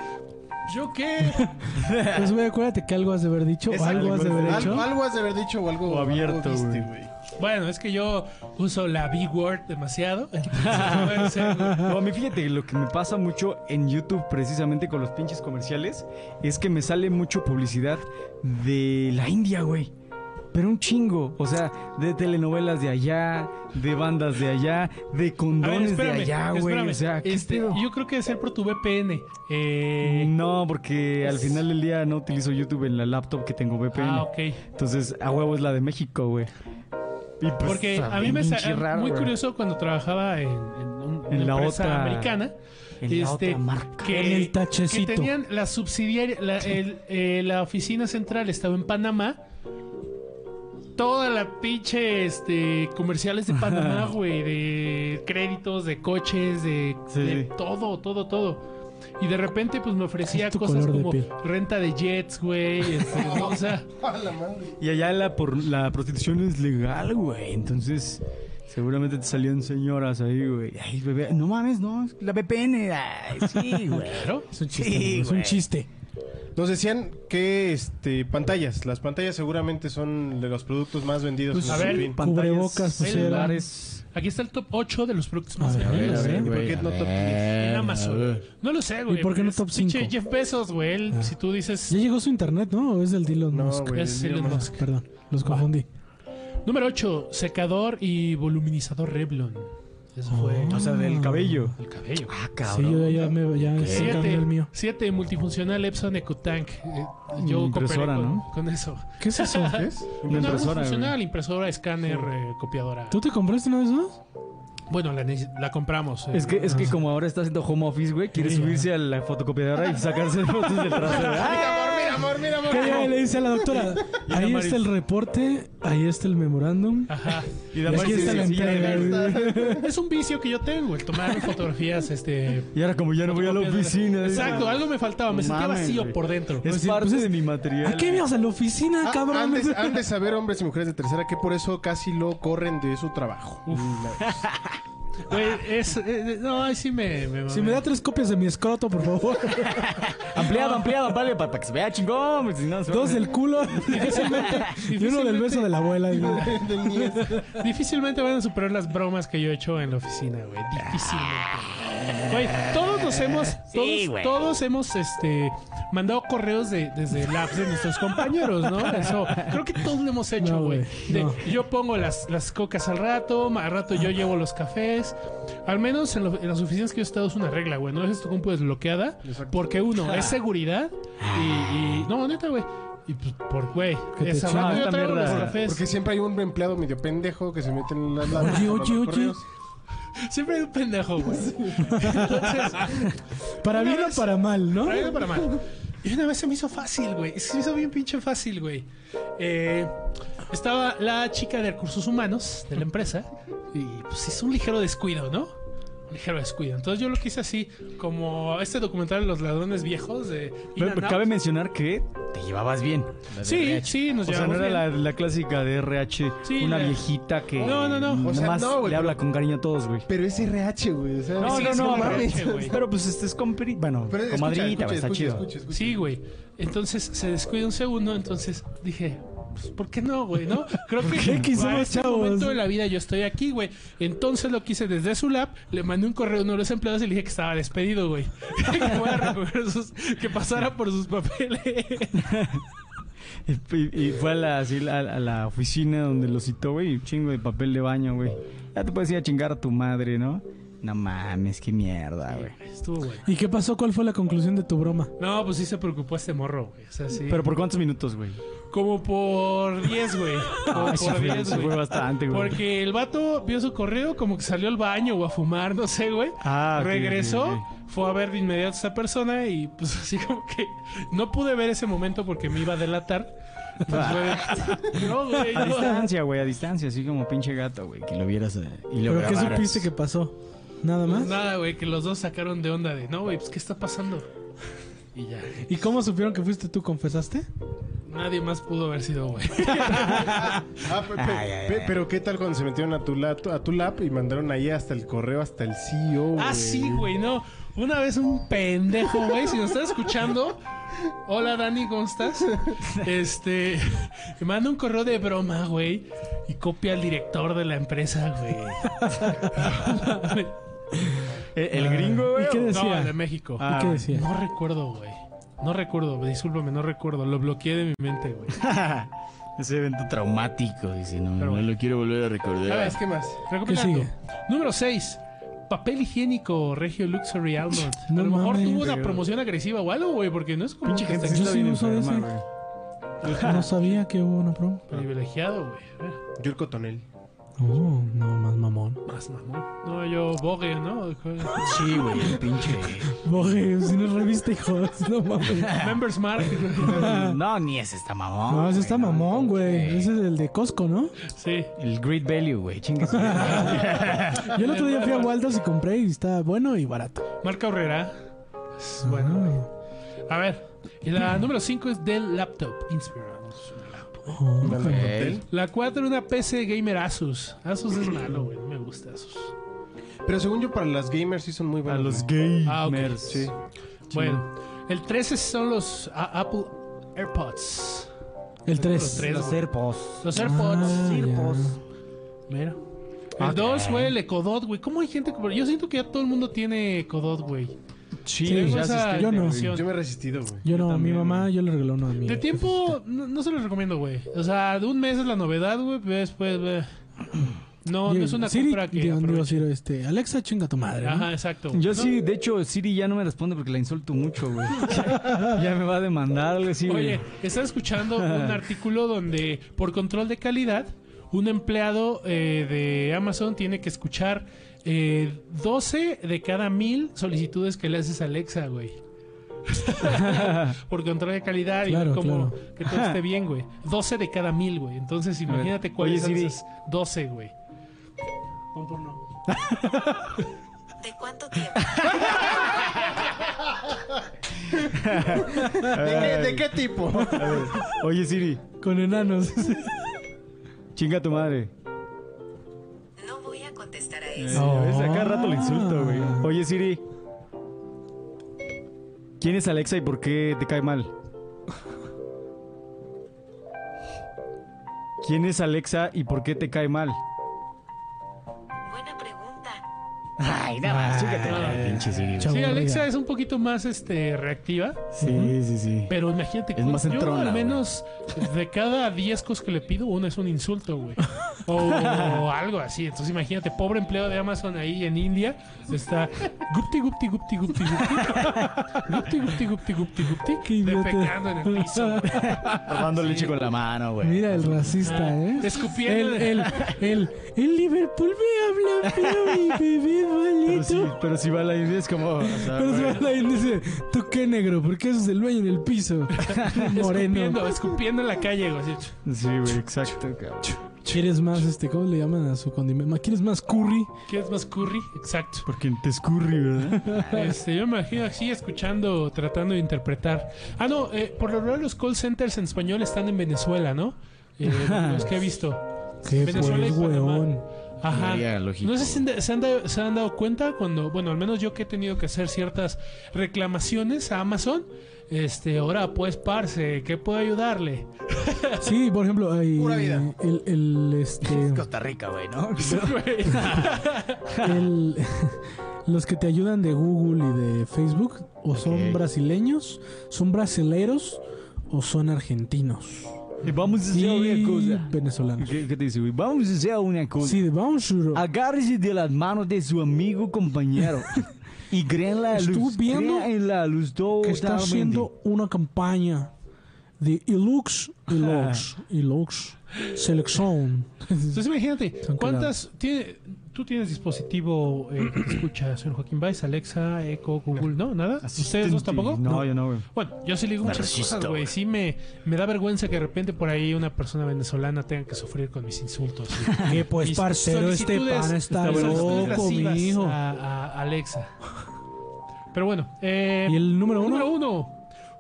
¿Yo qué? Pues, güey, acuérdate que algo has de haber dicho o Es algo has de haber al- hecho. Algo has de haber dicho o algo O abierto, algo viste, güey. güey. Bueno, es que yo uso la B-Word demasiado. entonces puede ser, güey. No, a mí fíjate, lo que me pasa mucho en YouTube precisamente con los pinches comerciales es que me sale mucho publicidad de la India, güey. Pero un chingo, o sea, de telenovelas de allá, de bandas de allá, de A ver, condones espérame, de allá, güey. espérame. O sea, ¿qué Este, pedo? yo creo que debe ser por tu VPN. Eh, No, porque al final del día no utilizo YouTube en la laptop que tengo VPN. ah, ok. Entonces, a huevo es la de México, güey. Y pues, Porque está a mí me pinche salió raro, muy güey. curioso cuando trabajaba en, en un- En una la empresa otra- americana. en la este, otra marca. que, En el que tachecito. tenían la subsidiaria, la, el- eh, la oficina central estaba en Panamá. Toda la pinche este, comerciales de Panamá, güey, de créditos, de coches, de, Sí, de sí. todo, todo, todo. Y de repente, pues me ofrecía Es tu cosas color de como piel. renta de jets, güey. este, ¿no? O sea, Y allá la, por, la prostitución es legal, güey. Entonces, seguramente te salían señoras ahí, güey. Ay, bebé, no mames, no. es La VPN. Ay, sí, güey. claro. Es un chiste, Sí, amigo, es un güey. chiste. Nos decían que este pantallas, las pantallas seguramente son de los productos más vendidos Pues, en a el ver, Filipín. Cubrebocas, el pulseras. celulares. Aquí está el top 8 de los productos A más ver, a vendidos. ver, ¿Y por qué no top 10? En a Amazon. ver. No lo sé, güey. ¿Y por qué no Es top pinche cinco? Ah. Jeff Bezos, güey. Él, Si tú dices. Ya llegó su internet, ¿no? ¿O es del Dylan No, Musk? güey, Es el Elon mío más. Musk. Perdón, los confundí. Número 8, secador y voluminizador Revlon. Eso fue. O sea, del cabello. El cabello. Oh. Ah, Sí, yo ya, me ya Ok. sí cambié el mío. 7, multifuncional Epson EcoTank. Eh, Yo cooperé Mm, Impresora, con, ¿no? con eso. ¿Qué es eso? ¿Qué es? Una impresora, Multifuncional, impresora, escáner, eh, copiadora. ¿Tú te compraste una vez más? Bueno, la, neces- la compramos. eh. Es que, es que como ahora está haciendo home office, güey, quiere Sí, subirse a la fotocopiadora y sacarse fotos del trasero. Mira, amor, mira, amor, ¿Qué mira, amor. le dice a la doctora? Ahí Maris. está el reporte, ahí está el memorándum. Ajá. Y, Y la aquí Mari está la dice, "Sí, entrega. güey". güey. Es un vicio que yo tengo, el tomar fotografías, este. Y ahora como ya no voy a la oficina. dice, Exacto, algo me faltaba, me sentía Mames, vacío güey. por dentro. Es parte de mi material. ¿A qué ibas a la oficina, Ah, cabrón? antes, antes de saber hombres y mujeres de tercera que por eso casi lo corren de su trabajo. Pues, Güey, es, eh, no, ay, sí me, me Si me da tres copias de mi escroto, por favor. Ampliado, ampliado, vale, para, que se vea chingón. pues, si no, se va a- Dos del culo y uno del beso de la abuela. güey. Del niñez. Difícilmente van a superar las bromas que yo he hecho en la oficina, güey. Difícilmente. Güey, todos nos hemos, todos, Sí, güey. todos hemos, este, mandado correos de, desde el app de nuestros compañeros, ¿no? Eso, creo que todos lo hemos hecho, No, güey. güey, De, no. Yo pongo las, las cocas al rato, ma- al rato yo llevo los cafés. Al menos en, lo- en las oficinas que yo he estado es una regla, güey. No dejes tu compu desbloqueada. Porque uno, es seguridad. Y, y- no, neta, güey. Y pues, por, güey, Que te esa chingas rato yo esta traigo los mierda. cafés. Porque siempre hay un empleado medio pendejo que se mete en las latas. Oye, oye, oye. Siempre hay un pendejo, güey. Entonces, Para Una bien o vez- para mal, ¿no? para bien o para mal. Y una vez se me hizo fácil, güey. Se me hizo bien pinche fácil, güey. Eh, estaba la chica de recursos humanos de la empresa y pues hizo un ligero descuido, ¿no? Un ligero descuido. Entonces yo lo quise así, como este documental de los ladrones viejos de... In Pero and Out. Cabe mencionar que Te llevabas bien. La de Sí, RH. sí, nos O sea, no llevamos era bien. la, la clásica de RH, Sí, una la- viejita que No, no, no. O sea, nomás no, güey, le pero- habla con cariño a todos, güey. Pero es RH, güey. o sea, No, sí, no, es no, como no, mames. RH, güey. Pero pues este es compri... Bueno, Pero escucha, comadrita, escucha, güey, está escucha, chido. escucha, escucha. Sí, güey. Entonces se descuida un segundo, entonces dije, pues, ¿por qué no, güey? ¿No? Creo que qué? ¿Qué hicimos, en este chavos? momento de la vida yo estoy aquí, güey. Entonces lo quise desde su lab, le mandé un correo a uno de los empleados y le dije que estaba despedido, güey. que, fuera a recoger sus- que pasara por sus papeles. Y, y fue a la, así, la- a la oficina donde lo citó, güey, y un chingo de papel de baño, güey. Ya te puedes ir a chingar a tu madre, ¿no? No mames, qué mierda, güey. Estuvo, güey. ¿Y qué pasó? ¿Cuál fue la conclusión de tu broma? No, pues sí se preocupó este morro, güey. O sea, sí. ¿Pero por cuántos minutos, güey? Como por 10, güey. Como Ay, sí por fue- 10, sí fue güey. bastante, güey. Porque el vato vio su correo, como que salió al baño o a fumar, no sé, güey. Ah, ok, Regresó, ok, fue a ver de inmediato a esa persona y pues así como que no pude ver ese momento porque me iba a delatar. Pues, güey, no, güey, A no. distancia, güey, a distancia, así como pinche gato, güey. Que lo vieras eh, y lo ¿Pero qué grabaras. supiste que pasó? ¿Nada Pues más? nada, güey, que los dos sacaron de onda de, no, güey, pues ¿qué está pasando? Y ya. ¿Y cómo supieron que fuiste tú? ¿Confesaste? Nadie más pudo haber sido güey. Ah, pe- pe- pe- Pero ¿qué tal cuando se metieron a tu, la- a tu lab y mandaron ahí hasta el correo, hasta el E CEO? Ah, sí, güey, no. Una vez un pendejo, güey, si nos estás escuchando. Hola, Dani, ¿cómo estás? Este. Me manda un correo de broma, güey. Y copia al director de la empresa, güey. El, el gringo, güey. ¿Y qué No, el decía? de México. ¿Y qué decía? No recuerdo, güey. No recuerdo, discúlpame, no recuerdo. Lo bloqueé de mi mente, güey. Ese evento traumático, dice, no, Pero no bueno. lo quiero volver a A recordar. ver, ¿qué Ah, más? Recopilando. sigue? Número 6. Papel higiénico Regio Luxury Almond. No a lo mejor mames. tuvo una promoción agresiva o algo, güey, porque no es como Pinche que gente esté sí Yo está sí bien uso de enferma, ese. güey. No sabía que hubo una promo. privilegiado, güey. A ver, Yo el cotonel. Oh, no, más mamón. Más mamón. No, yo Vogue, ¿no? Sí, güey, el pinche. Boge, si no es revista, hijos. No mames. Members Mark. No, ni ese está mamón. No, ese güey, está mamón, güey. Ese es el de Costco, ¿no? sí. El Great Value, güey, chingas. Yo el otro día fui a Waldos y compré y está bueno y barato. Marca Herrera. Es bueno, Ah. güey. A ver. Y la número 5 es Dell Laptop Inspiramos. Oh, ¿Al joder. hotel? La 4, una PC Gamer Asus. Asus es malo, güey. No me gusta Asus. Pero según yo, para las gamers sí son muy A buenos. los güey. gamers. Ah, ok. sí. Bueno, el 13 son los a- Apple AirPods. El Los 3. tres, Los güey. serpos. Los AirPods. Ah, ya. Mira. El 2 fue el Ecodot, güey. ¿Cómo hay gente que.? Yo siento que ya todo el mundo tiene Ecodot, güey. Sí, Sí, ya o sea, asistente, yo no. güey. Yo- Yo me he resistido, güey. Yo no, mi también, mamá, yo le regaló uno a mí. De pues, tiempo, este. no, no se los recomiendo, güey. O sea, de un mes es la novedad, güey. pero Después, güey. No, no es una Siri, compra que. digo, digo, aproveche. Siri, este, Alexa, chinga tu madre. ¿no? Ajá, exacto. güey. Yo No, sí, de hecho, Siri ya no me responde porque la insulto mucho, güey. ya me va a demandar algo así, güey. Oye, estaba escuchando un artículo donde por control de calidad un empleado eh, de Amazon tiene que escuchar eh, 12 de cada mil solicitudes que le haces a Alexa, güey. por control de calidad Claro, y como claro. que todo esté bien, güey. 12 de cada mil, güey. Entonces ver, imagínate cuáles son oye, Siri. esas 12, güey. Pon porno. ¿De cuánto tiempo? ¿De qué, de qué tipo? Oye, Siri, Con enanos. chinga tu madre. No voy a contestar a Eh, eso. No. a veces a cada rato le insulto, güey. Ah. Oye, Siri. ¿Quién es Alexa y por qué te cae mal? ¿Quién es Alexa y por qué te cae mal? Buena pregunta. Ay, nada más, chécate. Ah. Pinche Siri, güey. Chavo. Sí, Aburrida. Alexa es un poquito más este reactiva. Sí, sí, sí. Pero imagínate, Es más yo entrona, al güey. menos de cada 10 cosas que le pido, una es un insulto, güey. O, o algo así. Entonces imagínate, pobre empleo de Amazon ahí en India. Está gupti, gupti, gupti, gupti, gupti. Gupti, gupti, gupti, gupti, Qué gupti. idiota. Defecando en el piso. güey. Ah, Tomando leche con la mano, güey. Mira el racista, ¿eh? El, Escupiendo. en- el, el, el Liverpool me habla, pero mi bebé Pero si, malito. pero si va a la India es como... o sea, Pero se va la y dice, tú qué negro, porque eso es el dueño en el piso. Moreno. Escupiendo, escupiendo en la calle, güey. así. Sí, güey, exacto. cabrón. ¿Quieres más, este, cómo le llaman a su condimento? ¿Quieres más curry? ¿Quieres más curry? Exacto. Porque te escurri, ¿verdad? Este, yo me imagino así escuchando, tratando de interpretar. Ah, no, eh, por lo general los call centers en español están en Venezuela, ¿no? Eh, los que he visto. Qué Venezuela y pues, Panamá. weón. Ajá. Sería lógico. No sé si han- se han, dado, se han dado cuenta cuando, bueno, al menos yo que he tenido que hacer ciertas reclamaciones a Amazon. Este, ahora pues, parce, ¿qué puedo ayudarle? Sí, por ejemplo, hay Pura vida. el, el, este, Costa Rica, güey, ¿no? Güey. el- los que te ayudan de Google y de Facebook o son Ok. brasileños, son brasileros o son argentinos. Y Eh, vamos a hacer Y una cosa. venezolanos. ¿Qué, qué te dice, güey? Vamos a hacer una cosa. Sí, vamos, Shuro. Ah, Agárrese de las manos de su amigo compañero y creen la luz. Estuve viendo crean en la luz que está totalmente. haciendo una campaña de Ilux, Ilux, Ilux, Selección. Entonces imagínate, Son ¿cuántas tiene- tú tienes dispositivo eh, que te escucha, señor Joaquín Baez, Alexa, Echo, Google, ¿no? ¿Nada? ¿Ustedes dos tampoco? No, yo no, güey. Bueno, yo sí le digo muchas cosas, güey. Sí me, me da vergüenza que de repente por ahí una persona venezolana tenga que sufrir con mis insultos. y Que pues, mis parcero, este solicitudes- pan está solicitudes loco, lascivas mijo. A, a Alexa. Pero bueno, eh, ¿Y el número uno? número uno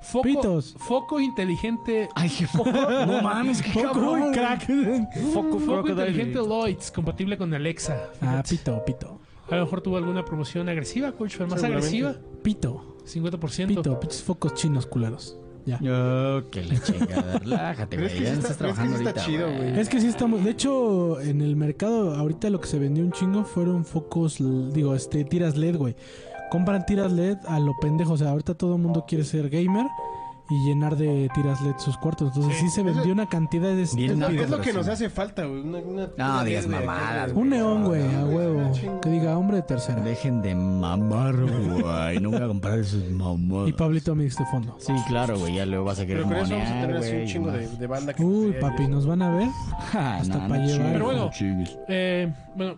Foco, Pitos. Foco inteligente. Ay, qué foco. No mames, qué Poco cabrón. y crack. Foco, Foco crocodile. inteligente Lloyds, compatible con Alexa. Ah, Fíjate. pito, pito. A lo mejor tuvo alguna promoción agresiva, coach, pero más Seguramente. agresiva. Pito, 50%. pito, pinches focos chinos culeros. Ya. Oh, que la chingada. Relájate, Pero güey. es que Ya sí no está- pero es que estás sí trabajando está ahorita, chido, güey. Es que sí estamos. De hecho, en el mercado, ahorita lo que se vendió un chingo fueron focos, l- digo, este, tiras LED, güey. Compran tiras LED a lo pendejo. O sea, ahorita todo el mundo quiere ser gamer y llenar de tiras LED sus cuartos. Entonces, sí, se vendió una cantidad de. estúpido. Es Bien, lo que comparación. nos hace falta, güey. Una, una, No, una digas LED, güey, mamadas, acá, Un neón, güey, a huevo. Una chingada. Que diga hombre de tercera. Dejen de mamar, güey. No voy a comprar esos mamadas. Y Pablito Mix de fondo. Sí, claro, güey. Ya luego vas a querer Pero con eso vamos a monear, tener así un güey, chingo y de, más. de banda que Uy, nos vea papi, y- nos van a ver. Ja, Hasta no, pa' no llevar. chingues, Pero bueno. no chingues. Eh, bueno,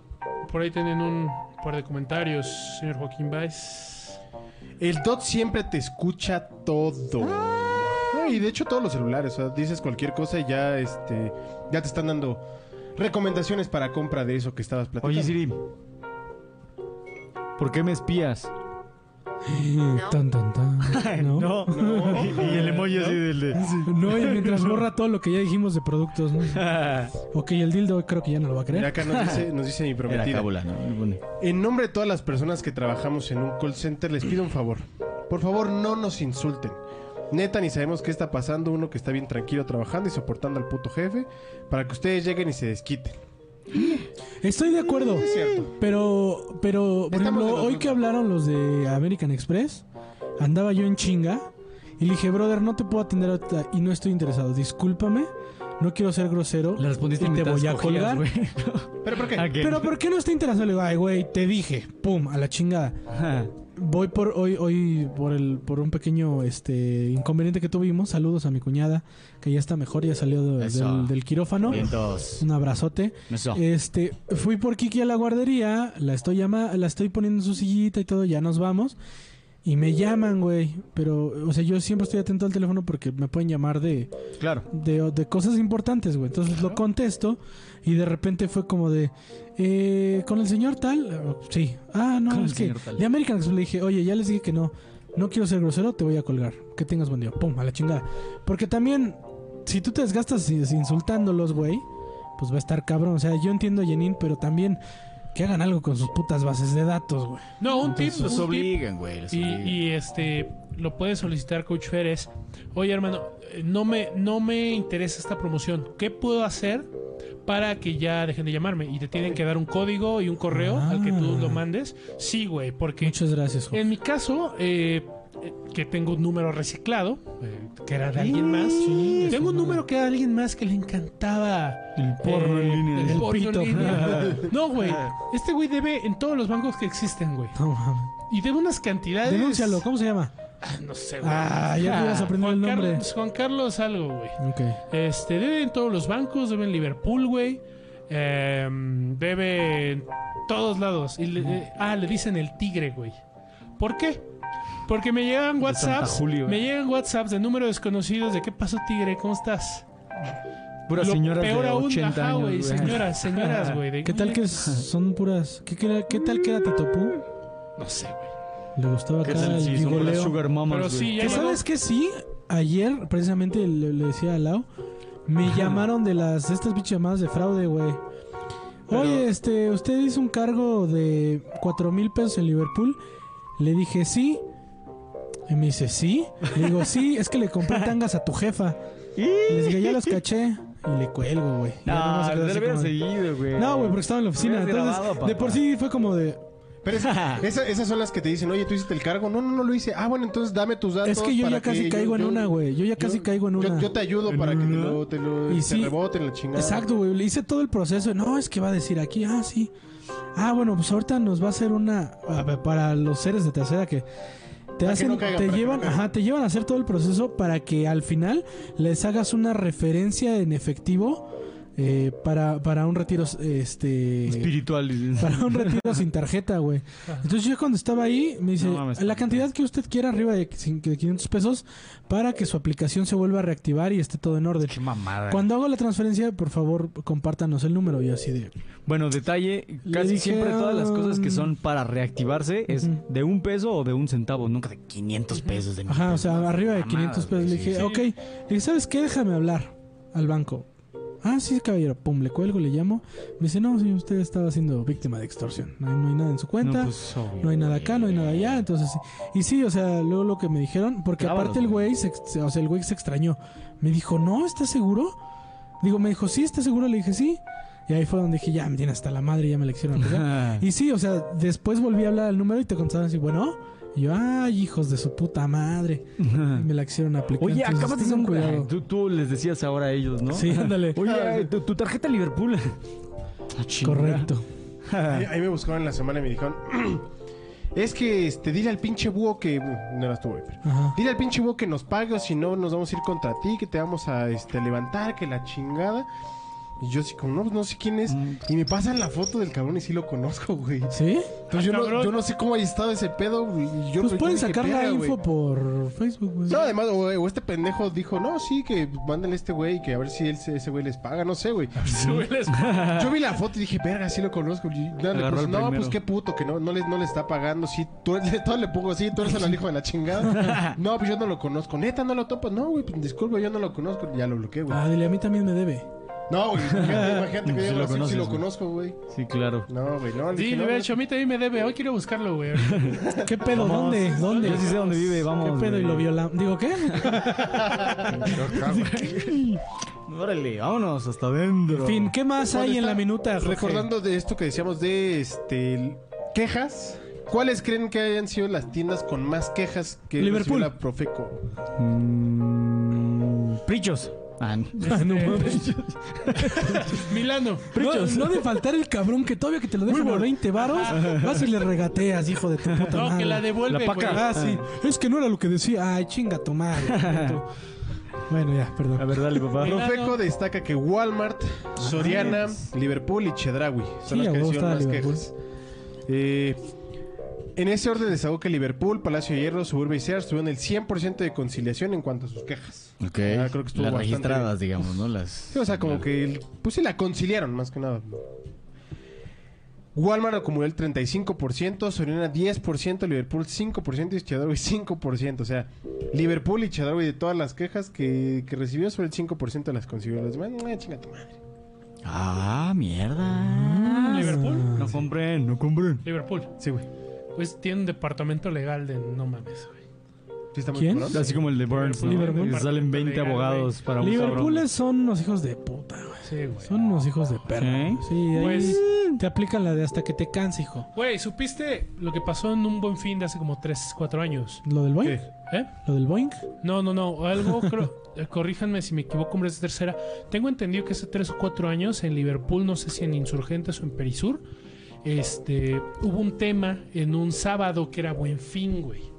por ahí tienen un par de comentarios, señor Joaquín Baez. El DOT siempre te escucha todo. Ah. No, y de hecho todos los celulares, o sea, dices cualquier cosa y ya este ya te están dando recomendaciones para compra de eso que estabas platicando. Oye, Siri. ¿eh? ¿Por qué me espías? Tan, tan, tan. No. No. y el emoji así del de... No, y mientras borra todo lo que ya dijimos de productos, ¿no? Ok, el dildo creo que ya no lo va a Mira, creer. acá nos dice, nos dice mi Era prometida. cábula, ¿no? Y pone, En nombre de todas las personas que trabajamos en un call center, les pido un favor. Por favor, no nos insulten. Neta, ni sabemos qué está pasando. Uno que está bien tranquilo trabajando y soportando al puto jefe para que ustedes lleguen y se desquiten. Estoy de acuerdo. Es cierto. Pero, pero, por Estamos de ejemplo, los hoy dos. que hablaron los de American Express, andaba yo en chinga y le dije, brother, no te puedo atender ahorita y no estoy interesado. Discúlpame, no quiero ser grosero. Le respondiste y te mientras voy a cogías, colgar. güey. ¿Pero por qué? Pero, ¿por qué no está interesado? Le digo, ay, güey, te dije, pum, a la chingada. Voy por hoy, hoy por el, por un pequeño este inconveniente que tuvimos. Saludos a mi cuñada, que ya está mejor, ya salió de- Eso. del, del quirófano. Vientos. Un abrazote. Eso. Este, fui por Kiki a la guardería, la estoy llama, la estoy poniendo en su sillita y todo, ya nos vamos. Y me llaman, güey. Pero, o sea, yo siempre estoy atento al teléfono porque me pueden llamar de, Claro. de, de cosas importantes, güey. Entonces lo contesto y de repente fue como de, eh, ¿con el señor tal? Sí. Ah, no, Con es el que señor tal. de American Express le dije, oye, ya les dije que no, no quiero ser grosero, te voy a colgar. Que tengas buen día. Pum, a la chingada. Porque también, si tú te desgastas i- insultándolos, güey, pues va a estar cabrón. O sea, yo entiendo a Jenin, pero también que hagan algo con sus putas bases de datos, güey. No, un tip. un Los tip. obligan, güey. los pues, Y, obligan. y, este lo puede solicitar Coach Férez. Oye, hermano, eh, no me, no me interesa esta promoción. ¿Qué puedo hacer para que ya dejen de llamarme? Y te tienen que dar un código y un correo Ah. al que tú lo mandes. Sí, güey, porque Muchas gracias, Jorge. en mi caso, eh, eh, que tengo un número reciclado, eh, que era de alguien más. Sí, tengo un madre. número que era de alguien más que le encantaba. El porno eh, en línea. El, El porno en pito. Ah. línea. No, güey. Este güey debe en todos los bancos que existen, güey. No mames. Y debe unas cantidades. Denúncialo, ¿cómo se llama? Ah, No sé, güey. Ah, ya te ibas a aprender el nombre. Carlos, Juan Carlos algo, güey. Ok. Este, debe en todos los bancos, debe en Liverpool, güey. Em, debe en todos lados. Y le- eh, ah, le dicen el tigre, güey. ¿Por qué? Porque me llegan WhatsApps. Julio, eh. me llegan WhatsApps de números desconocidos de qué pasó, tigre, ¿cómo estás? Pura Lo señora de peor aún, 80 ajá, años, güey. güey. Señoras, señoras, güey. de, ¿Qué tal "Oye, que s- son puras? ¿Qué, qué era- qué tal que era Tito Pú? No sé, güey. Le gustaba ¿Qué acá tal el si son puras gigoleo. sugar mamas, Pero güey? sí, ya Que llegó. sabes que sí, ayer precisamente le, le decía a Lau, me llamaron de las estas bichas llamadas de fraude, güey. Oye, este, usted hizo un cargo de cuatro mil pesos en Liverpool. Le dije sí. Y me dice, ¿sí? Le digo, sí, es que le compré tangas a tu jefa. Y les dije, ya los caché. Y le cuelgo, güey. Ya nada más Ah, No, quedó así te lo hubieras como de- seguido, güey. No, güey, porque estaba en la oficina. Hubieras Entonces, grabado, de por sí fue como de. Pero esa- esa- esas son las que te dicen, oye, tú hiciste el cargo. No, no, no lo hice. Ah, bueno, entonces dame tus datos. Es que yo para ya casi caigo en yo- una, güey. Yo ya casi yo- caigo en yo- una. Yo, te ayudo para que te lo, te lo Y te sí. reboten la chingada. Exacto, güey. Le hice todo el proceso. No, es que va a decir aquí, ah, sí. Ah, bueno, pues ahorita nos va a hacer una a ver, para los seres de tercera que te que hacen, no caigan, te para que llevan, no caigan. ajá, te llevan a hacer todo el proceso para que al final les hagas una referencia en efectivo eh, para, para un retiro este Espiritual. para un retiro sin tarjeta, güey. Entonces yo cuando estaba ahí, me dice, No mames, la tampoco. cantidad que usted quiera, arriba de cin- de 500 pesos, para que su aplicación se vuelva a reactivar y esté todo en orden. Qué mamada. Cuando hago la transferencia, por favor, compártanos el número. Y así de... Bueno, detalle, Le casi siempre dijeron- todas las cosas que son para reactivarse es Ujú. de un peso o de un centavo, nunca de 500 pesos. De mil Ajá, o pesos, sea, ¿no? arriba de 500 Mamadas, pesos. güey, Le sí, dije, sí. ok. Le dije, ¿sabes qué? Déjame hablar al banco. Ah, sí, caballero. Pum, le cuelgo, le llamo. Me dice, no, sí, usted estaba siendo víctima de extorsión. No hay, no hay nada en su cuenta. No, pues, obvio, No hay nada güey. acá, no hay nada allá, entonces... Y sí, o sea, luego lo que me dijeron, porque Grábalos, aparte el güey. güey, se, ex- o sea, el güey se extrañó. Me dijo, no, ¿estás seguro? Digo, me dijo, sí, ¿estás seguro? Le dije, sí. Y ahí fue donde dije, ya, me tiene hasta la madre, ya me la hicieron. pegar". y sí, o sea, después volví a hablar al número y te contestaban así, bueno... Y yo, ay, hijos de su puta madre. Y me la hicieron aplicar. Oye, Entonces, acabas de tengan un Tú, tú les decías ahora a ellos, ¿no? Sí, ándale. Oye, eh, tu, tu tarjeta Liverpool. Ah, chinga. Correcto. Ahí, ahí me buscaron en la semana y me dijeron: Es que este, dile al pinche búho que. uh, No eras tú, güey. pero- Ajá. Dile al pinche búho que nos pague, o si no, nos vamos a ir contra ti, que te vamos a este, levantar, que la chingada. Y yo así como, no, pues, no sé quién es. Mm. Y me pasan la foto del cabrón y sí lo conozco, güey. ¿Sí? Entonces yo, no, yo no sé cómo ha estado ese pedo, güey. Y yo- Pues yo pueden dije, sacar la "Verga, güey". info por Facebook, güey. No, además, o, o este pendejo dijo, no, sí, que mándale a este güey, que a ver si él, se- ese güey les paga, no sé, güey. Yo vi la foto y dije, verga, sí lo conozco. Y nada, le Agarró puse, el no, primero. pues qué puto, que no, no, le, no le está pagando, sí, tú, le, todo le pongo, sí, tú eres el hijo de la chingada. no, pues yo no lo conozco, neta, no lo topas, no, güey, pues disculpa, yo no lo conozco, ya lo bloqueé, güey. Ah, dile, a mí también me debe. No, güey, imagínate, imagínate que Sí yo lo lo, sí conoces, lo güey. conozco, güey. Sí, claro. No, güey, no, le Sí, dije, le no, hubiera güey. dicho, a mí también me debe. Hoy quiero buscarlo, güey. ¿Qué pedo? ¿Dónde? ¿Dónde? Yo sí sé dónde vive, vamos. ¿Qué pedo? Y güey. lo violamos. Digo, ¿qué? Órale, vámonos hasta adentro. En fin, ¿qué más Cuando hay en está- la minuta? Jorge? Recordando de esto que decíamos de este quejas, ¿cuáles creen que hayan sido las tiendas con más quejas que recibió Liverpool. la Profeco? Mm, Prichos. Ah, no. Ah, no mames. Milano. No, no de faltar el cabrón que todavía que te lo dejan a 20 varos, vas y le regateas, hijo de tu puta No, que madre. la devuelve, La paca. güey. Ah, sí. Es que no era lo que decía. Ay, chinga tu madre. tú. Bueno, ya, A perdón. ver, dale, papá. Milano. Profeco destaca que Walmart, Soriana, Liverpool y Chedraui Sí, son a las que huevo recibieron estaba más Liverpool. quejas. Eh, en ese orden destacó que Liverpool, Palacio de Hierro, Suburbia y Sears tuvieron el 100% de conciliación en cuanto a sus quejas. Ok. Ah, creo que estuvo Las bastante registradas, digamos, ¿no? Las... Sí, o sea, como que el- pues sí la conciliaron más que nada. Walmart acumuló el 35%, Soriana 10%, Liverpool 5% y Chedraui 5%. O sea, Liverpool y Chedraui de todas las quejas que, que recibió, sobre el 5% las consiguió. Los demás, "Nah, chinga tu madre. Ah, mierda. Ah, Ah, Liverpool. No compren, no compren. Liverpool. Sí, güey. Pues tiene un departamento legal de no mames, güey. Sí está muy ¿Quién? cabrón. Así como el de Burns, ¿no? Liverpool. Que salen 20 Legal, abogados para un Liverpool cabrón. es- son unos hijos de puta, güey. Sí, güey. Son unos hijos de perra. ¿Sí? Sí, ahí Pues- te aplican la de hasta que te canse, hijo. Güey, ¿supiste lo que pasó en un buen fin de hace como 3, 4 años? ¿Lo del Boeing? ¿Qué? ¿Eh? ¿Lo del Boeing? No, no, no. Algo, creo. eh, Corríjanme si me equivoco, hombre, es tercera. Tengo entendido que hace tres o cuatro años en Liverpool, no sé si en Insurgentes o en Perisur, este, hubo un tema en un sábado que era buen fin, güey.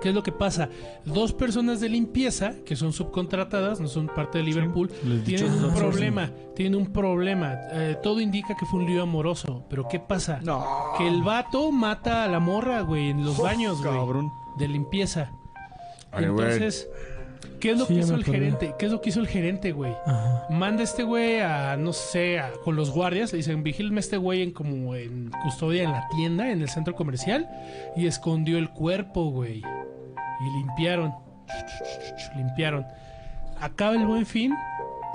¿Qué es lo que pasa? Dos personas de limpieza, que son subcontratadas, no son parte de Liverpool, los tienen dichosos un outsourcing. problema. Tienen un problema. Eh, todo indica que fue un lío amoroso. Pero ¿qué pasa? Que el vato mata a la morra, güey, en los baños, güey Cabrón. de limpieza. Entonces, ¿qué es lo que Sí, ya hizo me el acordé. gerente? ¿Qué es lo que hizo el gerente, güey? Ajá. Manda este güey a, no sé, a- con los guardias, le dicen, vigílme este güey en como en custodia en la tienda, en el centro comercial, y escondió el cuerpo, güey. Y limpiaron. Limpiaron. Acaba el buen fin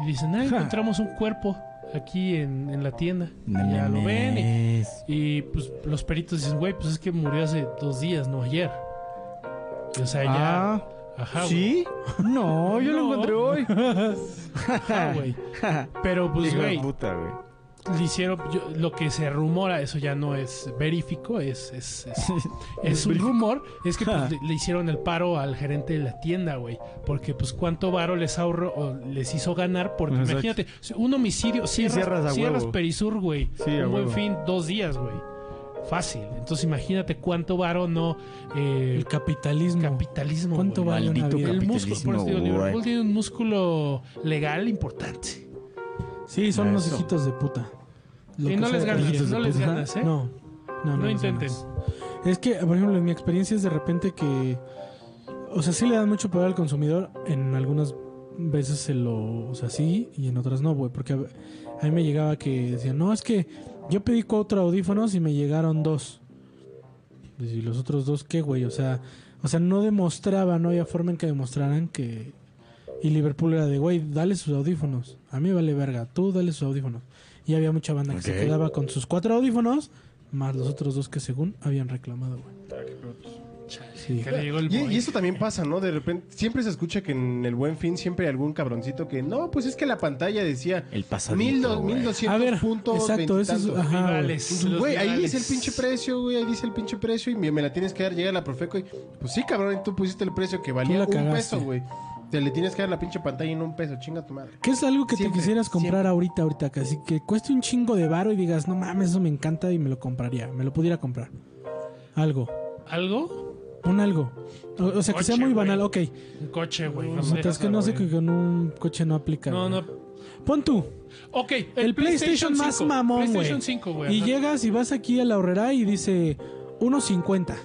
y dicen, ah, encontramos un cuerpo aquí en, en la tienda. Y ya lo ven. y- y pues los peritos dicen, güey, pues es que murió hace dos días, no ayer. Y, o sea, ya. Ah, ajá, güey. ¿sí? No, yo lo No. encontré hoy. Ajá, Ah, güey. Pero pues, Hijo de güey, puta, güey. le hicieron. yo- lo que se rumora, eso ya no es verífico, es, es, es, es un rumor. Es que Ah. pues, le, le hicieron el paro al gerente de la tienda, güey. Porque, pues, cuánto varo les ahorro o les hizo ganar. Porque Exacto. imagínate, un homicidio, cierras, cierras a cierras huevo. Perisur, güey. Sí, a un buen huevo. fin, dos días, güey. Fácil. Entonces, imagínate cuánto varo no. eh, El capitalismo. capitalismo. ¿Cuánto güey. vale una Maldito vida? El músculo, por eso digo, Capitalismo, Liverpool güey. tiene un músculo legal importante. Sí, son unos Eso. hijitos de puta. Lo Y que no sea les de ganas, hijitos de no les puta. ganas, ¿eh? No, no, no, No les intenten. ganas. Es que, por ejemplo, en mi experiencia es de repente que. O sea, sí le dan mucho poder al consumidor. En algunas veces se lo. O sea, sí, y en otras no, güey. Porque a, a mí me llegaba que decían, no, es que yo pedí cuatro audífonos y me llegaron dos. Pues, Y si los otros dos, ¿qué, güey? O sea, o sea, no demostraba, no había forma en que demostraran que. Y Liverpool era de, güey, dale sus audífonos. A mí vale verga, tú dale sus audífonos. Y había mucha banda que se Ok. quedaba con sus cuatro audífonos, más los otros dos que según habían reclamado, güey. Sí. Que le llegó el Y, boy. y eso también pasa, ¿no? De repente, siempre se escucha que en el buen fin siempre hay algún cabroncito que no, pues es que la pantalla decía El pasadito, mil dos- güey. mil doscientos A ver, puntos. exacto, ese es. veintitantos". Ajá, güey. Rivales, los Güey, ahí rivales. dice el pinche precio, güey, ahí dice el pinche precio y me, me la tienes que dar, llega la Profeco y pues sí, cabrón, y tú pusiste el precio que valía la un cagaste. peso, güey. Te le tienes que dar la pinche pantalla en un peso, chinga tu madre. ¿Qué es algo que Siempre, te quisieras comprar siempre. ahorita, ahorita? Que así que cueste un chingo de varo y digas, no mames, eso me encanta y me lo compraría, me lo pudiera comprar. Algo, ¿Algo? un algo. O, o sea, que sea Coche, güey. muy banal, ok. Un coche, güey. O sea, es que no sé que con un coche no aplica. No, güey. no. Pon tú, Ok, el, el, PlayStation, más 5, mamón, güey. PlayStation 5, güey. Y ajá. llegas y vas aquí a la horrera y dice 1.50.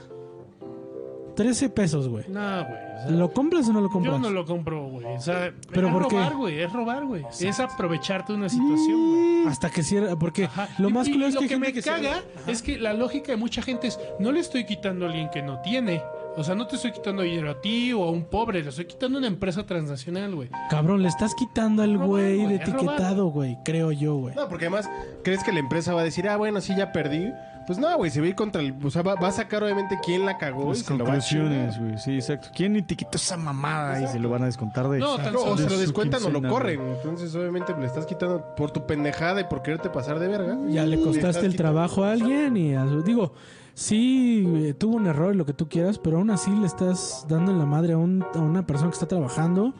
13 pesos, güey. No, güey. o sea, ¿Lo compras o no lo compras? yo no lo compro, güey. O sea, ¿Pero es por qué? robar, güey. Es robar, güey. Es aprovecharte de una situación, güey. Hasta que cierra, porque Ajá. lo Y- más y culo es lo que, hay que, gente me que se- caga es que la lógica de mucha gente es no le estoy quitando a alguien que no tiene. O sea, no te estoy quitando dinero a ti o a un pobre, le estoy quitando a una empresa transnacional, güey. Cabrón, le estás quitando al robar, güey güey, de es robar. etiquetado, güey. Creo yo, güey. No, porque además, ¿crees que la empresa va a decir, ah, bueno, sí, ya perdí? Pues no, güey, se va a ir contra el. O sea, va, va a sacar obviamente quién la cagó. Las y se lo va a conclusiones, güey. Sí, exacto. ¿Quién etiquetó esa mamada y se lo van a descontar de No, tan No, o solo- se lo su descuentan o lo quincena, corren. Entonces, obviamente, le estás quitando por tu pendejada y por quererte pasar de verga. Ya le estás costaste el quitando- trabajo a alguien y a su- digo, sí eh, tuvo un error y lo que tú quieras, pero aún así le estás dando en la madre a, un- a una persona que está trabajando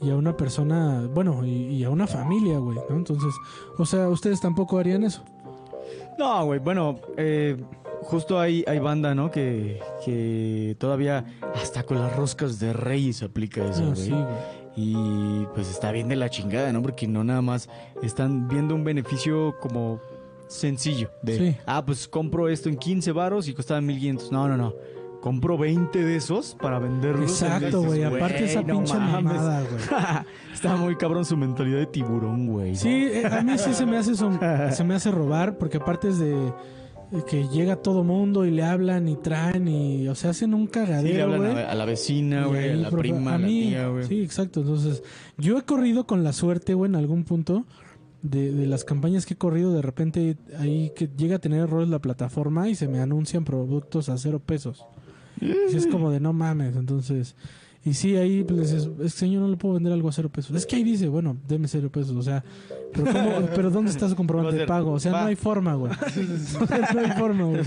y a una persona, bueno, y, y a una familia, güey, ¿no? Entonces, o sea, ustedes tampoco harían eso. No, güey, bueno, eh, justo hay, hay banda, ¿no? Que, que todavía hasta con las roscas de reyes aplica eso, Ah, güey. sí, güey. Y pues está bien de la chingada, ¿no? Porque no nada más están viendo un beneficio como sencillo. De, Sí. ah, pues compro esto en 15 varos y costaba 1500. No, no, no. Compro 20 de esos para venderlos. Exacto, güey. Aparte esa pinche mamada. mamada, güey. está muy cabrón su mentalidad de tiburón, güey. Sí, eh, a mí sí se me hace eso, se me hace robar, porque aparte es de de que llega todo mundo y le hablan y traen y, o sea, hacen un Sí, le cagadero, hablan güey. a, a la vecina, Y güey, a ahí, la profe, prima, a a la mí, tía, güey. Sí, exacto. Entonces, yo he corrido con la suerte, güey, en algún punto de, de las campañas que he corrido, de repente ahí que llega a tener errores la plataforma y se me anuncian productos a cero pesos. Y es como de no mames, entonces. Y sí, ahí pues, dices, es que yo no le puedo vender algo a cero pesos. Es que ahí dice, bueno, deme cero pesos, o sea, pero, cómo- pero ¿dónde está su Va a comprobante de ser, pago? O sea, va. no hay forma, güey. O sea, no hay forma, güey.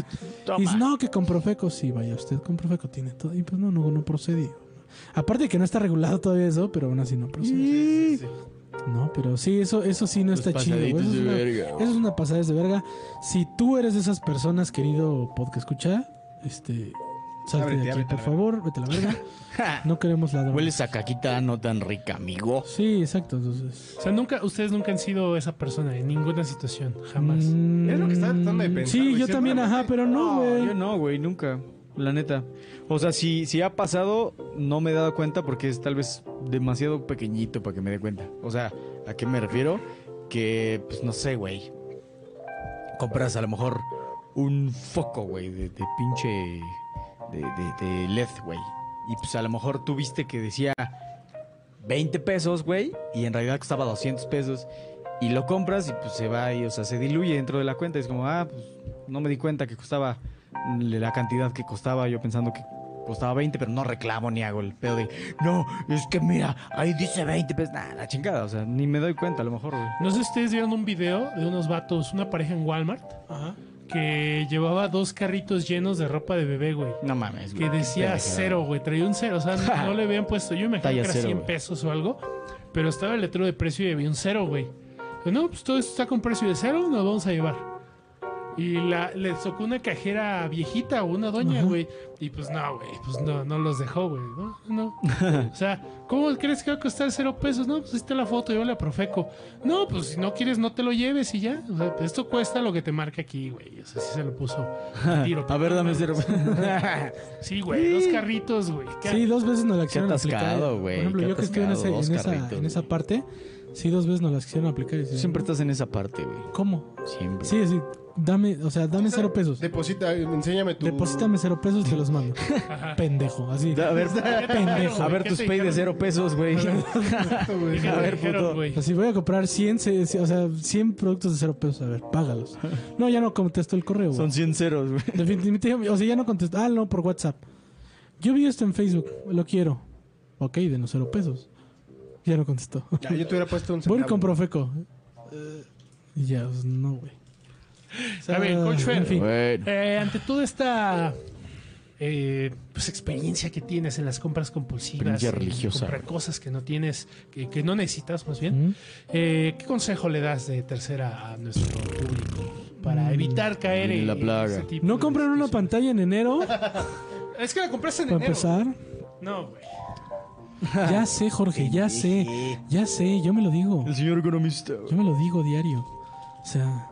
Y dice, no, que con Profeco, sí, vaya, usted con Profeco tiene todo. Y pues no, no, no procede. Aparte de que no está regulado todavía eso, pero aún así no procede. Sí, sí, sí. No, pero sí, eso, eso sí no Los está chido. güey. Eso pasaditos es, de una, verga, güey. eso es una pasada de verga. Si tú eres de esas personas, querido podcast escucha, este, salte Ábrete, de aquí, ábrete por a la favor, vete a la verga. No queremos ladrones. Hueles a caquita no tan rica, amigo. Sí, exacto, entonces. O sea, nunca, ustedes nunca han sido esa persona en ninguna situación, jamás. Mm, Es lo que estaba tratando de pensar, Sí, güey, yo también, seguramente- ajá, pero no, güey. yo no, güey, nunca. La neta. O sea, si, si ha pasado, no me he dado cuenta porque es tal vez demasiado pequeñito para que me dé cuenta. O sea, ¿a qué me refiero? Que, pues no sé, güey. Compras a lo mejor un foco, güey, de, de pinche. De, de, de LED, güey. Y pues a lo mejor tú viste que decía 20 pesos, güey, y en realidad costaba 200 pesos. Y lo compras y pues se va y, o sea, se diluye dentro de la cuenta. Es como, ah, pues no me di cuenta que costaba la cantidad que costaba. Yo pensando que costaba 20, pero no reclamo ni hago el pedo de, no, es que mira, ahí dice 20 pesos. Nah, la chingada, o sea, ni me doy cuenta a lo mejor, güey. No sé si ustedes vieron un video de unos vatos, una pareja en Walmart, que llevaba dos carritos llenos de ropa de bebé, güey. No mames, Que qué decía pendejada. cero, güey. Traía un cero. O sea, no- no le habían puesto. Yo me imagino que Talla era cero, 100 güey. pesos o algo. Pero estaba el pues, letrero de precio y había un cero, güey. Yo, No, pues todo esto está con precio de cero, nos vamos a llevar. Y la, les tocó una cajera viejita o una doña, güey. Y pues no, güey, pues no, no los dejó, güey. No, no. O sea, ¿cómo crees que va a costar cero pesos? No, pues ahí está la foto, llévala a Profeco. No, pues si no quieres, no te lo lleves y ya. O sea, esto cuesta lo que te marca aquí, güey. O sea, sí se lo puso a tiro. pues, A ver, dame cero. Sí, güey, dos carritos, güey. ¿Qué- Sí, dos veces nos la quisieron atascado, aplicar. güey, Por ejemplo, qué yo que estuve en, ese- atascado, dos en esa, carritos, en esa güey. parte, sí, dos veces nos las quisieron aplicar. Y decían, Siempre estás en esa parte, güey. ¿Cómo? Siempre. Sí, sí, dame, o sea, dame cero pesos. Deposita, enséñame tu. Deposítame cero pesos, te los mando. Pendejo, así. A ver, Pendejo. a ver ¿Qué tus te pay de dijeron? cero pesos, güey. ¿Qué te A ver, dijeron, puto. güey? Así voy a comprar 100, se- se- o sea, 100 productos de cero pesos. A ver, págalos. No, ya no contestó el correo. güey. Son 100 ceros, güey. Definitivamente, o sea, ya no contestó. Ah, no, por WhatsApp. Yo vi esto en Facebook, lo quiero. Ok, denos cero pesos. Ya no contestó. Ya, yo te hubiera puesto un Voy a ir centavo. con Profeco. Eh, y ya, pues, no, güey. O sea, A ver, Coach Fer. en fin. Bueno. Eh, ante toda esta eh, pues, experiencia que tienes en las compras compulsivas, Experiencia en religiosa. comprar cosas que no tienes, que, que no necesitas más bien, ¿Mm? eh, ¿qué consejo le das de tercera a nuestro público para evitar caer en La plaga. este tipo No de compren una situaciones? pantalla en enero, para Es que la compraste en enero. empezar. No, güey. Ya sé, Jorge, ya sé. Ya sé, yo me lo digo. El señor economista, güey. Yo me lo digo diario. O sea,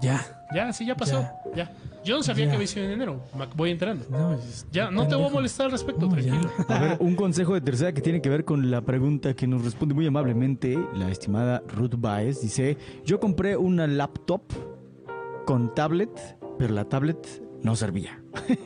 ya. Ya, sí, ya pasó. Ya. Yo no sabía Ya. que había sido en enero. Me voy entrando. No, es- Ya, no te voy a pendejo. molestar al respecto, No, ya. tranquilo. A ver, un consejo de tercera que tiene que ver con la pregunta que nos responde muy amablemente la estimada Ruth Baez. Dice, yo compré una laptop con tablet, pero la tablet no servía.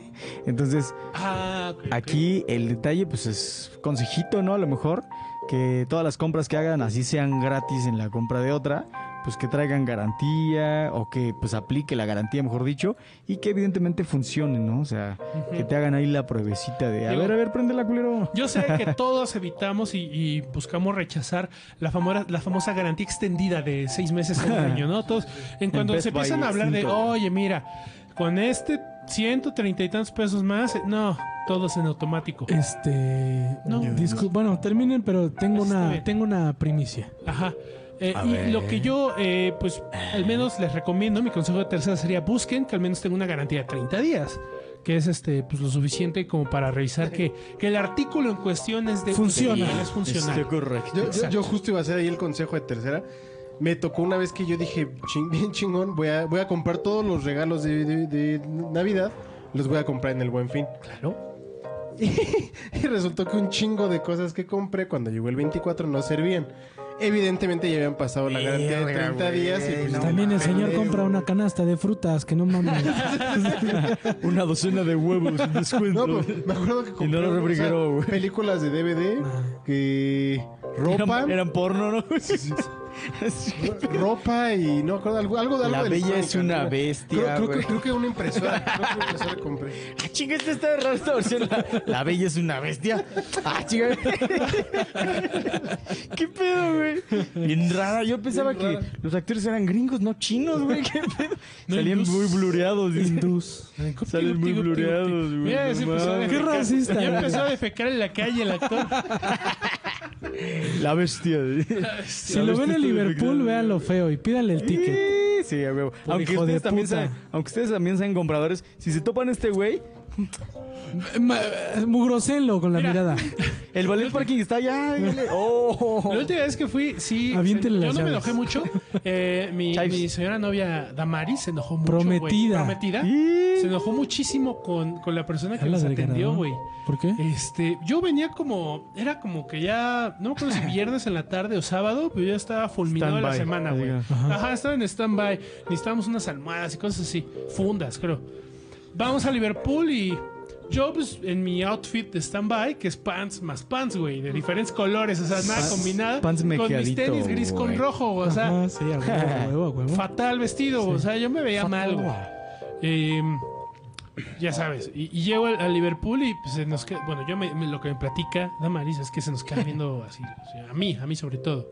Entonces, Ah, ok, ok. aquí el detalle pues es consejito, ¿no? A lo mejor que todas las compras que hagan así sean gratis en la compra de otra, pues que traigan garantía o que pues aplique la garantía, mejor dicho, y que evidentemente funcione, ¿no? O sea, que te hagan ahí la pruebecita de, a Digo- ver, a ver, prende la culero. Yo sé que todos evitamos y, y buscamos rechazar la, famosa la famosa garantía extendida de seis meses a un año, ¿no? Todos, en cuando Best se empiezan Buy, a hablar de, cinco. oye, mira, con este 130 y tantos pesos más, eh, no, todos en automático. Eh, Este, No. discul- bueno, terminen, pero tengo Está una bien. tengo una primicia. Ajá. Eh, A y ver. lo que yo, eh, pues, al menos les recomiendo, mi consejo de tercera sería busquen que al menos tenga una garantía de 30 días, que es este, pues, lo suficiente como para Eh. revisar que, que el artículo en cuestión es de Funciona. de- es funcional. correcto. Yo, yo, yo justo iba a hacer ahí el consejo de tercera. Me tocó una vez que yo dije, "Chin- bien chingón, voy a, voy a comprar todos los regalos de, de- de Navidad, los voy a comprar en el buen fin. Claro. Y resultó que un chingo de cosas que compré cuando llegó el 24 no servían. Evidentemente ya habían pasado la garantía de 30 días. Y pues, También el señor pendejo. compra una canasta de frutas que no mames. Una docena de huevos sin No, descuento. pues, me acuerdo que compré Y no lo o sea, refrigeró, güey. películas de DVD, Ah. que ropa, Eran, eran porno, ¿no? ropa y no acuerdo, algo, algo de algo La de bella es electrónica, una creo. bestia, Creo, creo güey. que, creo que una impresora, creo que una impresora compré. ah, chinga, esta está rara esta versión. La, la bella es una bestia. Ah, chinga. ¿Qué pedo, güey? Bien rara. Yo pensaba Bien que rara. los actores eran gringos, no chinos, güey. ¿Qué pedo? No Salían hindús. muy blureados. Hindús. Salen muy blureados, güey. Mira, No se empezó a mames. Qué defecar. racista, Ya güey. empezó a defecar en la calle el actor. La bestia. güey. Si lo ven en Liverpool, vean lo feo y pídanle el ticket. Sí, Sí, a huevo. Por Aunque hijo de ustedes, también puta. sean, aunque ustedes también sean compradores, si se topan a este güey, Ma- Mugrocelo con la Mira. mirada. el ballet parking está allá. dígale. Oh. La última vez que fui, sí. Aviéntele yo las no me llaves. enojé mucho. Eh, mi, Chives. mi señora novia Damari se enojó mucho. güey. Prometida. Prometida. Y- Se enojó muchísimo con, con la persona que Habla nos del atendió, ganador. güey. ¿Por qué? Este, yo venía como, era como que ya, no me acuerdo si viernes en la tarde o sábado, pero ya estaba fulminado de la Standby, semana, güey. diga. Ajá. estaba en stand-by. Necesitábamos unas almohadas y cosas así, fundas, creo. Vamos a Liverpool y yo, pues, en mi outfit de stand-by, que es pants más pants, güey, de diferentes colores, o sea, nada Pants- combinada. pants con mis mejeadito, tenis gris con güey. rojo, o sea, Ajá, sí, a huevo, a huevo, a huevo. fatal vestido, o sea, yo me veía mal, güey. Eh, ya sabes, y, y llego al- a Liverpool y pues, se nos queda, bueno, yo me, me- lo que me platica Damaris es que se nos queda viendo así, o sea, a mí, a mí sobre todo.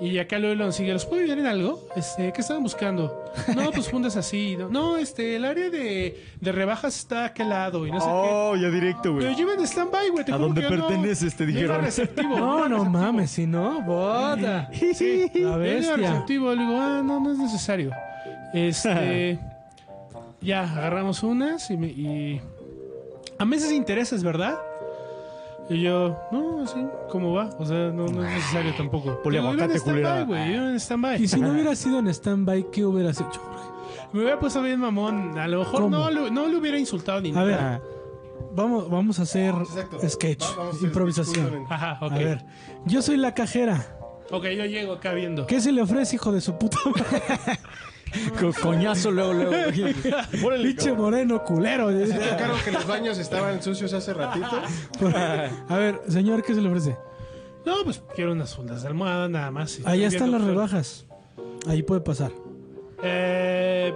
Y, acá luego nos sigue, ¿los puedo ayudar en algo? Este, ¿Qué estaban buscando? No, pues fundas así, no, no, este, el área de, de rebajas está a aquel lado y no sé qué. Oh, ya Pero directo, güey. lleven stand-by, güey, te ¿A juro dónde que yo no- perteneces? Te no era dijeron. receptivo, No, era no receptivo. mames, si no, bota. Sí, él La era bestia. receptivo, le digo, ah, no, no es necesario. Este. ya, agarramos unas y, me- y- A meses de intereses, ¿verdad? Y yo, no, sí, ¿cómo va? O sea, no, no es necesario tampoco. Ponle Yo iba en aguacate, stand-by, culera. güey, yo iba en stand-by. Y si no hubiera sido en stand-by, ¿qué hubieras hecho, Jorge? Me hubiera puesto bien mamón. A lo mejor ¿Cómo? no, lo- no le hubiera insultado ni A nada. ver, vamos, vamos a hacer Ah. Exacto. sketch, Va- vamos a hacer improvisación. Ajá, ok. A ver, yo soy la cajera. Ok, yo llego acá viendo. ¿Qué se le ofrece, hijo de su puta madre? Co- coñazo luego, luego. Pinche moreno culero. ¿Se tocaron que los baños estaban sucios hace ratito? A ver, señor, ¿qué se le ofrece? No, pues quiero unas fundas de almohada, nada más. Y Allá estoy están viendo, las pues, rebajas. Ahí puede pasar. Eh,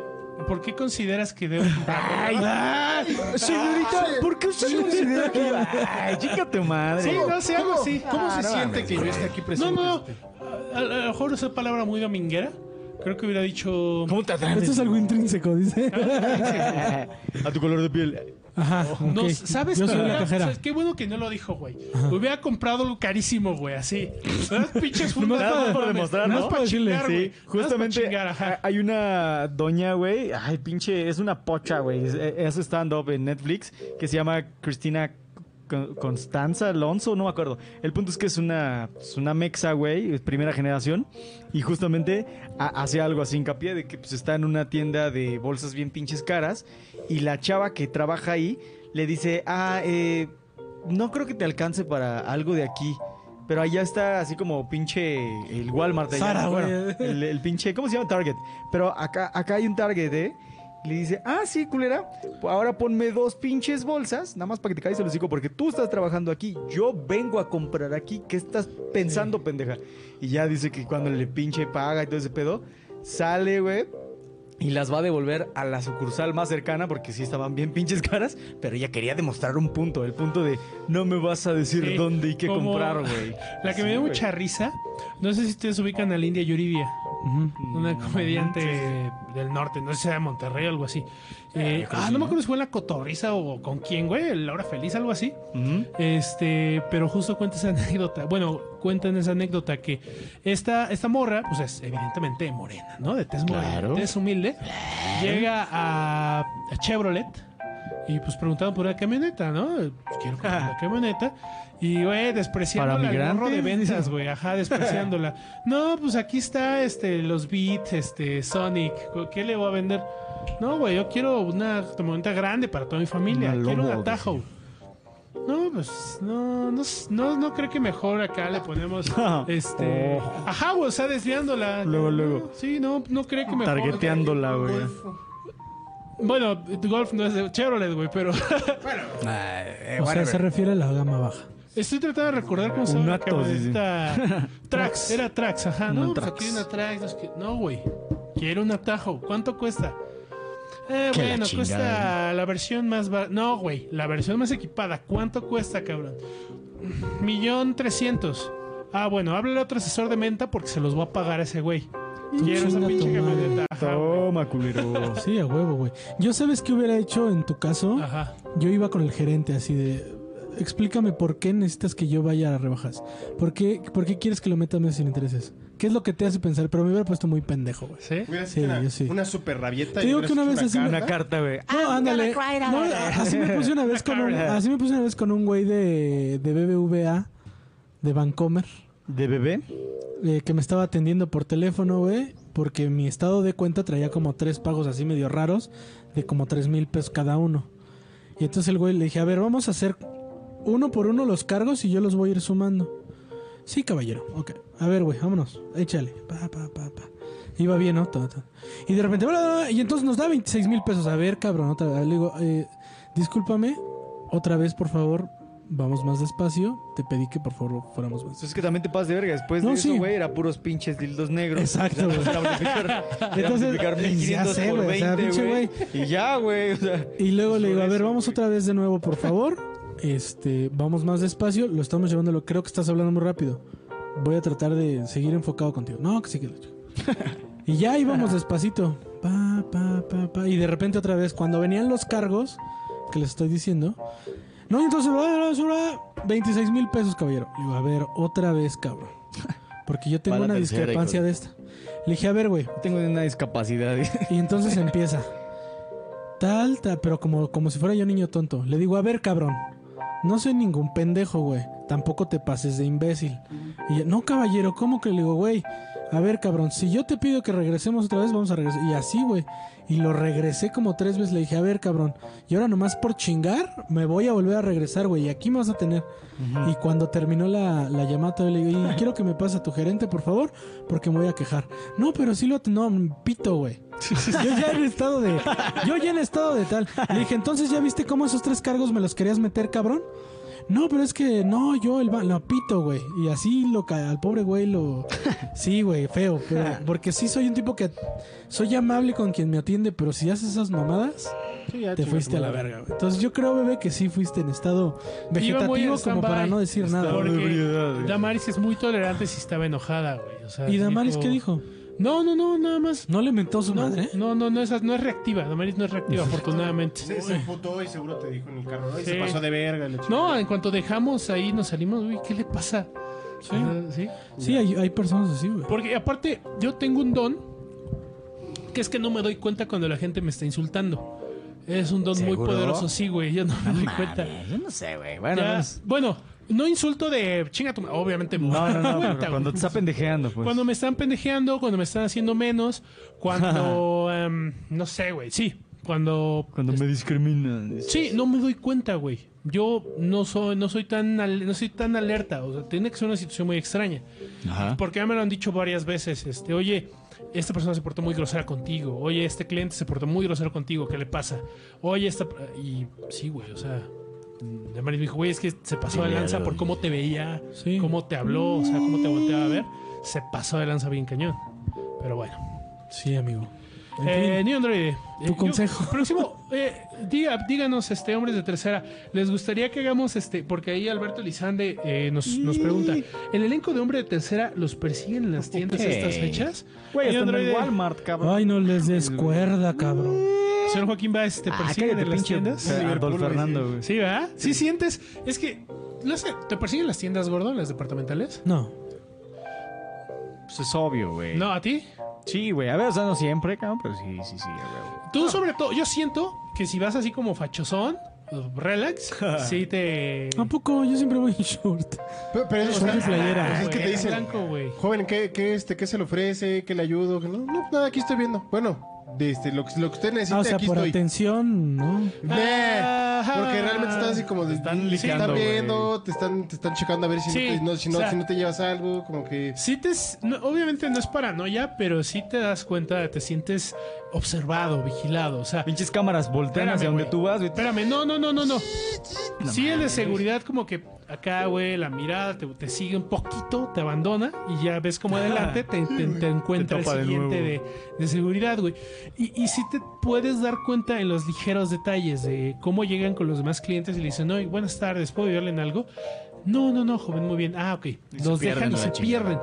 ¿Por qué consideras que debo.? Ah, Señorita, ¿por qué usted considera que... Ay, chica tu madre. sí, no sé, algo así. ¿Cómo se siente que yo esté aquí No, presente? no, no. A, a lo mejor esa palabra muy dominguera. Creo que hubiera dicho. ¿Cómo te atreves? Esto es algo intrínseco, dice. A tu color de piel. Ajá. No, ok. ¿sabes? Yo qué? soy la Hubiera- cajera. ¿sabes? Pues, Qué bueno que no lo dijo, güey. Hubiera comprado algo carísimo, güey, así. Unas pinches fundas. Nada más por mames. demostrar, Nada ¿no? más para chingar, güey. Nada Sí, más para justamente chingar, ajá. a- hay una doña, güey. Ay, pinche, es una pocha, güey. Es, e, es stand-up en Netflix que se llama Cristina Con- Constanza Alonso, no me acuerdo. El punto es que es una, es una mexa, güey, es primera generación. Y justamente ha- hace algo así hincapié de que pues, está en una tienda de bolsas bien pinches caras. Y la chava que trabaja ahí le dice, ah, eh, no creo que te alcance para algo de aquí. Pero allá está así como pinche el Walmart. allá, Zara, güey. bueno, el, el pinche, ¿cómo se llama? Target. Pero acá, acá hay un Target, ¿eh? Y le dice, ah, sí, culera, ahora ponme dos pinches bolsas, nada más para que te caigas el hocico, porque tú estás trabajando aquí, yo vengo a comprar aquí, ¿qué estás pensando, pendeja? Y ya dice que cuando le pinche paga y todo ese pedo, sale, güey, y las va a devolver a la sucursal más cercana porque sí estaban bien pinches caras, pero ella quería demostrar un punto, el punto de no me vas a decir Sí, dónde y qué como- comprar, güey. La que me Sí, dio güey. mucha risa, no sé si ustedes ubican a Lindia Yuridia, Ujú. una comediante del norte, no sé si era de Monterrey o algo así. Eh, ah, no me acuerdo si fue en la cotorriza o con quién, güey, Laura Feliz, algo así. Ujú. Este, pero justo cuenta esa anécdota. Bueno, cuentan esa anécdota que esta, esta morra, pues es evidentemente morena, ¿no? De tez morena, Claro. de tez humilde. Llega a, a Chevrolet y pues preguntaban por una camioneta, ¿no? Pues, Quiero comprar una camioneta. Y, güey, despreciándola Para el gorro de migrantes. ventas, güey. Ajá, despreciándola. No, pues aquí está, este, los Beats, este, Sonic. ¿Qué le voy a vender? No, güey, yo quiero una camioneta grande para toda mi familia. Una quiero Lobo, un Tahoe. No, pues no, no, s- no, no creo que mejor acá le ponemos Ah, este. oh. Ajá, güey, o sea, desviándola. No, Luego, luego. Sí, no, no creo que mejor. Targeteándola, güey. Bueno, Golf no es de Chevrolet, güey, pero Ah, eh, O sea, se refiere a la gama baja. estoy tratando de recordar cómo se llama la Atos, dice. camioneta. Trax, era Trax, ajá. Una No, pues Trax. aquí hay una Trax. no sé qué. No, güey, quiero un atajo. ¿Cuánto cuesta? Eh, Que la bueno, chingada, ¿eh? cuesta la versión más bar- No, güey, la versión más equipada. ¿Cuánto cuesta, cabrón? Millón trescientos. Ah, bueno, háblale a otro asesor de menta porque se los va a pagar a ese güey. Quiero esa Chinga pinche tu madre. camioneta. Ajá, güey. Toma, culero. Sí, a huevo, güey. Yo sabes qué hubiera hecho en tu caso. Ajá. Yo iba con el gerente así de... Explícame por qué necesitas que yo vaya a las rebajas. ¿Por qué, por qué quieres que lo metas meses sin intereses? ¿Qué es lo que te hace pensar? Pero me hubiera puesto muy pendejo, güey. ¿Sí? Hubiera Sí, sido una, yo sí. una super rabieta. Te y digo hubieras que una hecho vez así me- Una carta, güey. No, ándale. No, así me puse una vez con un, así me puse una vez con un güey de, de BBVA, de Vancomer, ¿De bebé? eh, que me estaba atendiendo por teléfono, güey, porque mi estado de cuenta traía como tres pagos así medio raros, de como tres mil pesos cada uno. Y entonces el güey le dije, a ver, vamos a hacer uno por uno los cargos y yo los voy a ir sumando. Sí, caballero, ok. A ver, güey, vámonos, échale. Pa, pa, pa, pa. Iba bien, ¿no? Ta, ta. Y de repente, bla, bla, bla, y entonces nos da 26 mil pesos. A ver, cabrón, otra vez. Le digo, eh, discúlpame, otra vez, por favor, vamos más despacio. Te pedí que por favor fuéramos más. Pues es que también te pasas de verga. Después No, de eso, sí. güey, era puros pinches dildos negros. Exacto, O sea, güey. era multiplicar, era Entonces, multiplicar ya 1500 sé, por güey, o sea, 20, pinche güey. y ya, güey. O sea, Y luego le digo, a Por ver, eso, vamos güey. otra vez de nuevo, por favor. Este, vamos más despacio, lo estamos llevando, lo creo que estás hablando muy rápido. Voy a tratar de seguir enfocado contigo. No, que sí que lo chico. Y ya Ah. íbamos despacito. Pa, pa, pa, pa. Y de repente otra vez, cuando venían los cargos que les estoy diciendo. No, y entonces, bla, bla, bla, bla, 26 mil pesos, caballero. Le digo, a ver, otra vez, cabrón. Porque yo tengo Va la una tercera, hijo discrepancia de- de esta. Le Le dije, a ver, güey. Tengo una discapacidad. Y entonces empieza. Tal, tal, pero como, como si fuera yo niño tonto. Le digo, a ver, cabrón. No soy ningún pendejo, güey. Tampoco te pases de imbécil. Y yo, no, caballero, ¿cómo que le digo, güey? A ver, cabrón, si yo te pido que regresemos otra vez, vamos a regresar. Y así, güey. Y lo regresé como tres veces. Le dije, a ver, cabrón. Y ahora nomás por chingar, me voy a volver a regresar, güey. Y aquí me vas a tener. Y cuando terminó la, la llamada, todavía le digo, y quiero que me pase a tu gerente, por favor, porque me voy a quejar. No, pero sí lo... No, pito, güey. Yo ya en estado de... Yo ya en estado de tal. Le dije, entonces ya viste cómo esos tres cargos me los querías meter, cabrón. No, pero es que no, yo el ba- lo pito, güey. Y así lo ca- al pobre güey lo Sí, güey, feo, pero porque sí soy un tipo que soy amable con quien me atiende, pero si haces esas mamadas, Sí, ya, te chinga fuiste tu a la madre. verga, güey. Entonces yo creo, bebé, que sí fuiste en estado vegetativo como stand-by. para no decir nada. Porque güey. Damaris es muy tolerante si estaba enojada, güey. O sea, ¿Y Damaris qué dijo? No, no, no, nada más. ¿No le mentó su No, madre? ¿eh?". no, no, no, esa no es reactiva. Damaris no es reactiva, afortunadamente. Se, se emputó y seguro te dijo en el carro. "Ay, Sí. Se pasó de verga. la No, chingada". en cuanto dejamos ahí, nos salimos, uy, ¿qué le pasa? Sí. Ah, ¿Sí? Sí, hay, hay personas así, güey. Porque aparte, yo tengo un don que es que no me doy cuenta cuando la gente me está insultando. Es un don muy ¿Seguro? poderoso, sí, güey. Yo no me doy cuenta. yo no sé, güey. Bueno, Ya, no es- bueno, no insulto de chinga tu ma-", Obviamente, no, no, no, cuenta, pero cuando te güey. está pendejeando, pues. Cuando me están pendejeando, cuando me están haciendo menos, cuando. em, no sé, güey. Sí, cuando. Cuando me discriminan. dices, Sí, no me doy cuenta, güey. Yo no soy, no soy tan al- no soy tan alerta. O sea, tiene que ser una situación muy extraña. Ajá. Porque ya me lo han dicho varias veces. Este, oye, esta persona se portó muy grosera contigo. Oye, este cliente se portó muy grosero contigo. ¿Qué le pasa? Oye, esta. Y sí, güey, o sea. La Maris me dijo, güey, es que se pasó de Dile lanza algo. por cómo te veía, Sí. cómo te habló, o sea, cómo te volteaba a ver. Se pasó de lanza bien cañón. Pero bueno. Sí, amigo. En fin. Eh, New Android. Tu consejo. próximo, eh, diga- díganos, este, hombres de tercera, ¿les gustaría que hagamos este? Porque ahí Alberto Lizande eh, nos, nos pregunta: ¿el elenco de hombre de tercera los persiguen en las tiendas a estas Ok. fechas? Güey, New hasta en el Android, Walmart, cabrón. Ay, no les descuerda, cabrón. Señor Joaquín Báez, ¿te Ah, persiguen cállate, en las pinche tiendas? Fer- Liverpool, güey, Adolfo sí. Fernando, güey. Sí, ¿verdad? Sí, sientes. Es que, no sé, ¿te persiguen las tiendas, gordo, las departamentales? No. Pues es obvio, güey. No, a ti. Sí, güey. A ver, o sea, no siempre, cabrón, pero sí, sí, sí, a huevo. Tú, sobre todo, yo siento que si vas así como fachosón, relax, sí te. ¿A poco? Yo siempre voy en short. Pero, pero eso O sea, es ah, Es que te güey, dicen, blanco, güey. joven, ¿qué, qué, este, ¿qué se le ofrece? ¿Qué le ayudo? ¿Qué No, no, nada, aquí estoy viendo. Bueno, de este, lo, que- lo que usted necesita, Ah, o sea, aquí por estoy. atención, ¿no? Ve, porque realmente estás así como... de- Te están te están licando, viendo, te están, te están checando a ver si, Sí, no, te- no- si, no, o sea- si no te llevas algo, como que... Sí te, s- no, obviamente no es paranoia, pero sí te das cuenta, te sientes observado, vigilado, o sea... Pinches cámaras voltean Espérame, hacia donde güey. tú vas, güey. Espérame, no, no, no, no, no. Sí, el de seguridad como que acá, güey, la mirada te, te sigue un poquito, te abandona y ya ves como adelante te, te- te encuentra topa de el siguiente de, nuevo. de seguridad, güey. Y, y sí te puedes dar cuenta en los ligeros detalles de cómo llegan con los demás clientes y le dicen, no, buenas tardes, ¿puedo ayudarle en algo? No, no, no, joven, muy bien. Ah, ok. Los dejan y se pierden.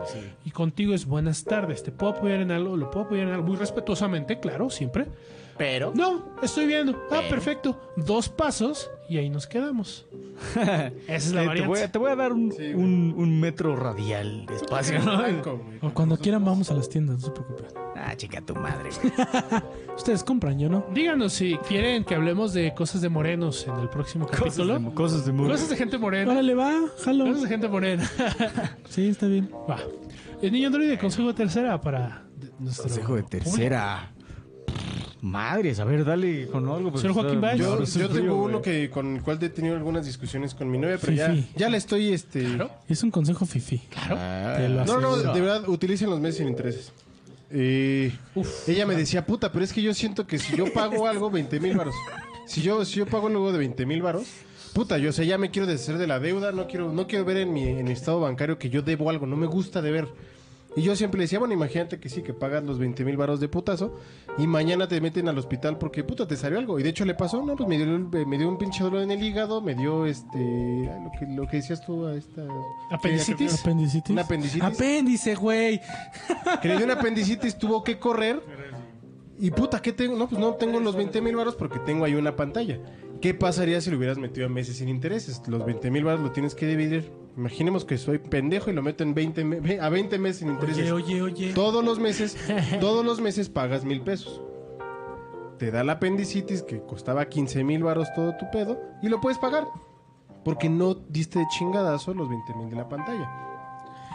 Y contigo es buenas tardes, ¿te puedo apoyar en algo? ¿Lo puedo apoyar en algo? Muy respetuosamente, claro, siempre. Pero. No, estoy viendo. Ah, perfecto. Dos pasos y ahí nos quedamos. Esa es la Eh, te, voy variante. a, te voy a dar un, Sí, güey. un, un metro radial de espacio, ¿no? Blanco, güey. O cuando quieran vamos a las tiendas, no se preocupen. Ah, chica, tu madre, güey. Ustedes compran, yo no. Díganos si quieren que hablemos de cosas de morenos en el próximo Cosas de, capítulo. mo- cosas de mo- Cosas de gente morena. Órale, va, jalo. Cosas de gente morena. Sí, está bien. Va. El niño androide, consejo de tercera para de- nuestro Consejo de público. tercera. Madres, a ver, dale con algo. pues, porque Señor está- Joaquín Baez. ahora Yo, soy yo tengo frío, uno güey. que con el cual he tenido algunas discusiones con mi novia, pero Sí, ya, sí. ya le estoy este. Claro. Es un consejo fifi. Ah, Te lo No, no, aseguro. de verdad, utilicen los meses sin intereses. Eh, Uf. ella me decía, puta, pero es que yo siento que si yo pago algo, 20 mil varos. Si yo, si yo pago luego de 20 mil varos, puta, yo o sea, ya me quiero deshacer de la deuda, no quiero, no quiero ver en mi en mi estado bancario que yo debo algo, no me gusta deber. Y yo siempre le decía, bueno, imagínate que sí, que pagas los 20 mil varos de putazo y mañana te meten al hospital porque, puta, te salió algo. Y de hecho le pasó, no, pues me dio, un- me dio un pinche dolor en el hígado, me dio, este, lo que, lo que decías tú a esta... ¿Apendicitis? Apendicitis. Una apendicitis. Apéndice, güey. Que le dio una apendicitis, tuvo que correr. Y puta, ¿qué tengo? No, pues no tengo los 20 mil varos porque tengo ahí una pantalla. ¿Qué pasaría si lo hubieras metido a meses sin intereses? Los 20 mil baros lo tienes que dividir. Imaginemos que soy pendejo y lo meto en 20 me- ve- a 20 meses sin intereses. Oye, oye, oye. Todos los meses, todos los meses pagas mil pesos. Te da la apendicitis que costaba 15 mil varos todo tu pedo y lo puedes pagar. Porque no diste de chingadazo los 20 mil de la pantalla.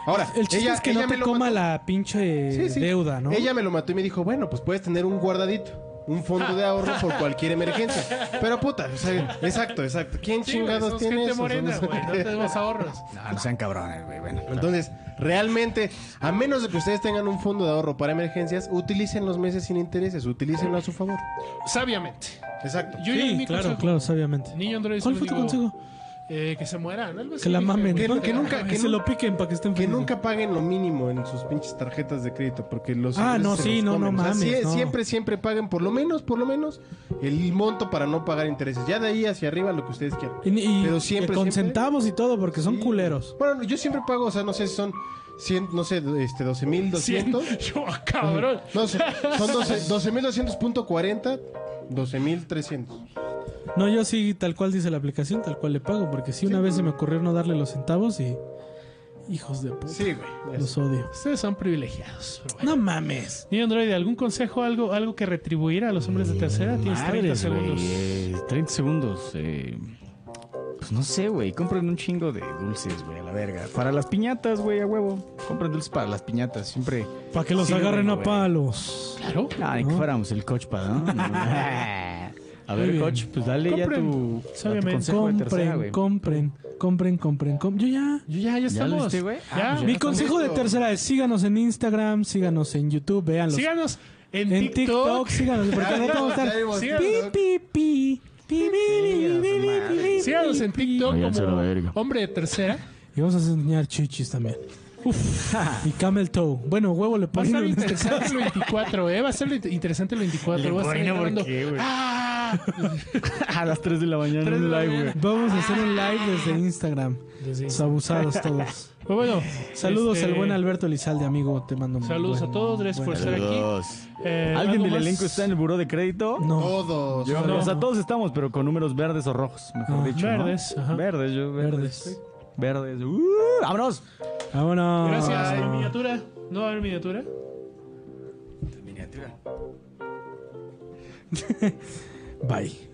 Ahora, El chiste ella, es que ella no me te lo coma mató. la pinche Sí, sí. deuda, ¿no? Ella me lo mató y me dijo, bueno, pues puedes tener un guardadito, un fondo de ahorro por cualquier emergencia. Pero puta, o sea, exacto, exacto. ¿Quién Sí, güey, chingados somos tiene gente eso? morena, Son- güey, no tenemos ahorros. No, no sean cabrones, güey. Bueno, Entonces, realmente, a menos de que ustedes tengan un fondo de ahorro para emergencias, utilicen los meses sin intereses, utilícenlo a su favor. Sabiamente. Exacto. Yo ya di Sí, mi claro, consejo. claro, sabiamente. Niño Andrés, ¿Cuál yo fue tu digo, consejo? eh, que se mueran, algo así. Que la dije, mamen. güey. Que, nu- que nunca, que, se nu- lo piquen para que estén que felices. nunca paguen lo mínimo en sus pinches tarjetas de crédito, porque los Ah, ingresos no, se sí, los no, comen. no O sea, sí, mames, no. Siempre, siempre paguen por lo menos, por lo menos, el monto para no pagar intereses. Ya de ahí hacia arriba lo que ustedes quieran. Y, y- Pero siempre, y con siempre- centavos y todo, porque son culeros. Bueno, yo siempre pago, o sea, no sé si son 100, no sé, este, 12.200. Cien. Yo, ah, cabrón. No sé, son 12 12.200.40, 12.300. No, yo sí, tal cual dice la aplicación, tal cual le pago, porque sí, una vez se me ocurrió no darle los centavos y. Hijos de puta. Sí, güey. Los odio. Ustedes son privilegiados. Pero bueno. No mames. Niño Android, ¿algún consejo, algo, algo que retribuir a los hombres de tercera? Tienes 30 Madres, güey, segundos. eh, 30 segundos. eh, pues no sé, güey. Compren un chingo de dulces, güey, a la verga. Para las piñatas, güey, a huevo. Compren dulces para las piñatas, siempre. Para que los Sí, agarren bueno, a güey. palos. Claro. Ah, ni que fuéramos el coach para, ¿no? a Muy ver, bien. coach, pues dale ya Compren, tu, a tu sabiamente. consejo de tercera, Compren, güey. compren, compren, compren, compren. Yo ya. Yo ya, ya ¿Ya lo estamos. viste, güey? Ah, Ya. pues Mi consejo de listo. tercera es síganos en Instagram, síganos en YouTube, véanlos. Síganos en, en TikTok, síganos, porque no te vamos a Ya vimos, estar. ya Pi, vimos. pi, pi. Pi, pi, pi, pi, pi, pi, pi, Síganos en TikTok Váyanse a la verga. como hombre de tercera. Y vamos a enseñar chichis también. Uf, y camel toe. Bueno, huevo le Va a estar ponen en este caso. interesante el 24, ¿eh? Va a ser lo interesante el 24. Va a estar ahí dando- ¡Ah! a las 3 de la mañana Tres de un la live, güey. mañana. Vamos a hacer un live desde Instagram. Desde Los abusados todos. Pues bueno, Saludos este, al buen Alberto Lizalde, amigo. Te mando un Saludos buen- a todos, gracias por buen- estar aquí. Saludos. Eh, ¿Alguien ¿algo del más? elenco está en el buró de crédito? No, Todos. Yo, No. O sea, todos estamos, pero con números verdes o rojos, mejor Ah, dicho. ¿no? Verdes. ajá. Verdes, yo. verdes. Verdes. ¡Uh! ¡Vámonos! Vámonos. Gracias. ¿La miniatura? ¿No va a haber miniatura? Bye.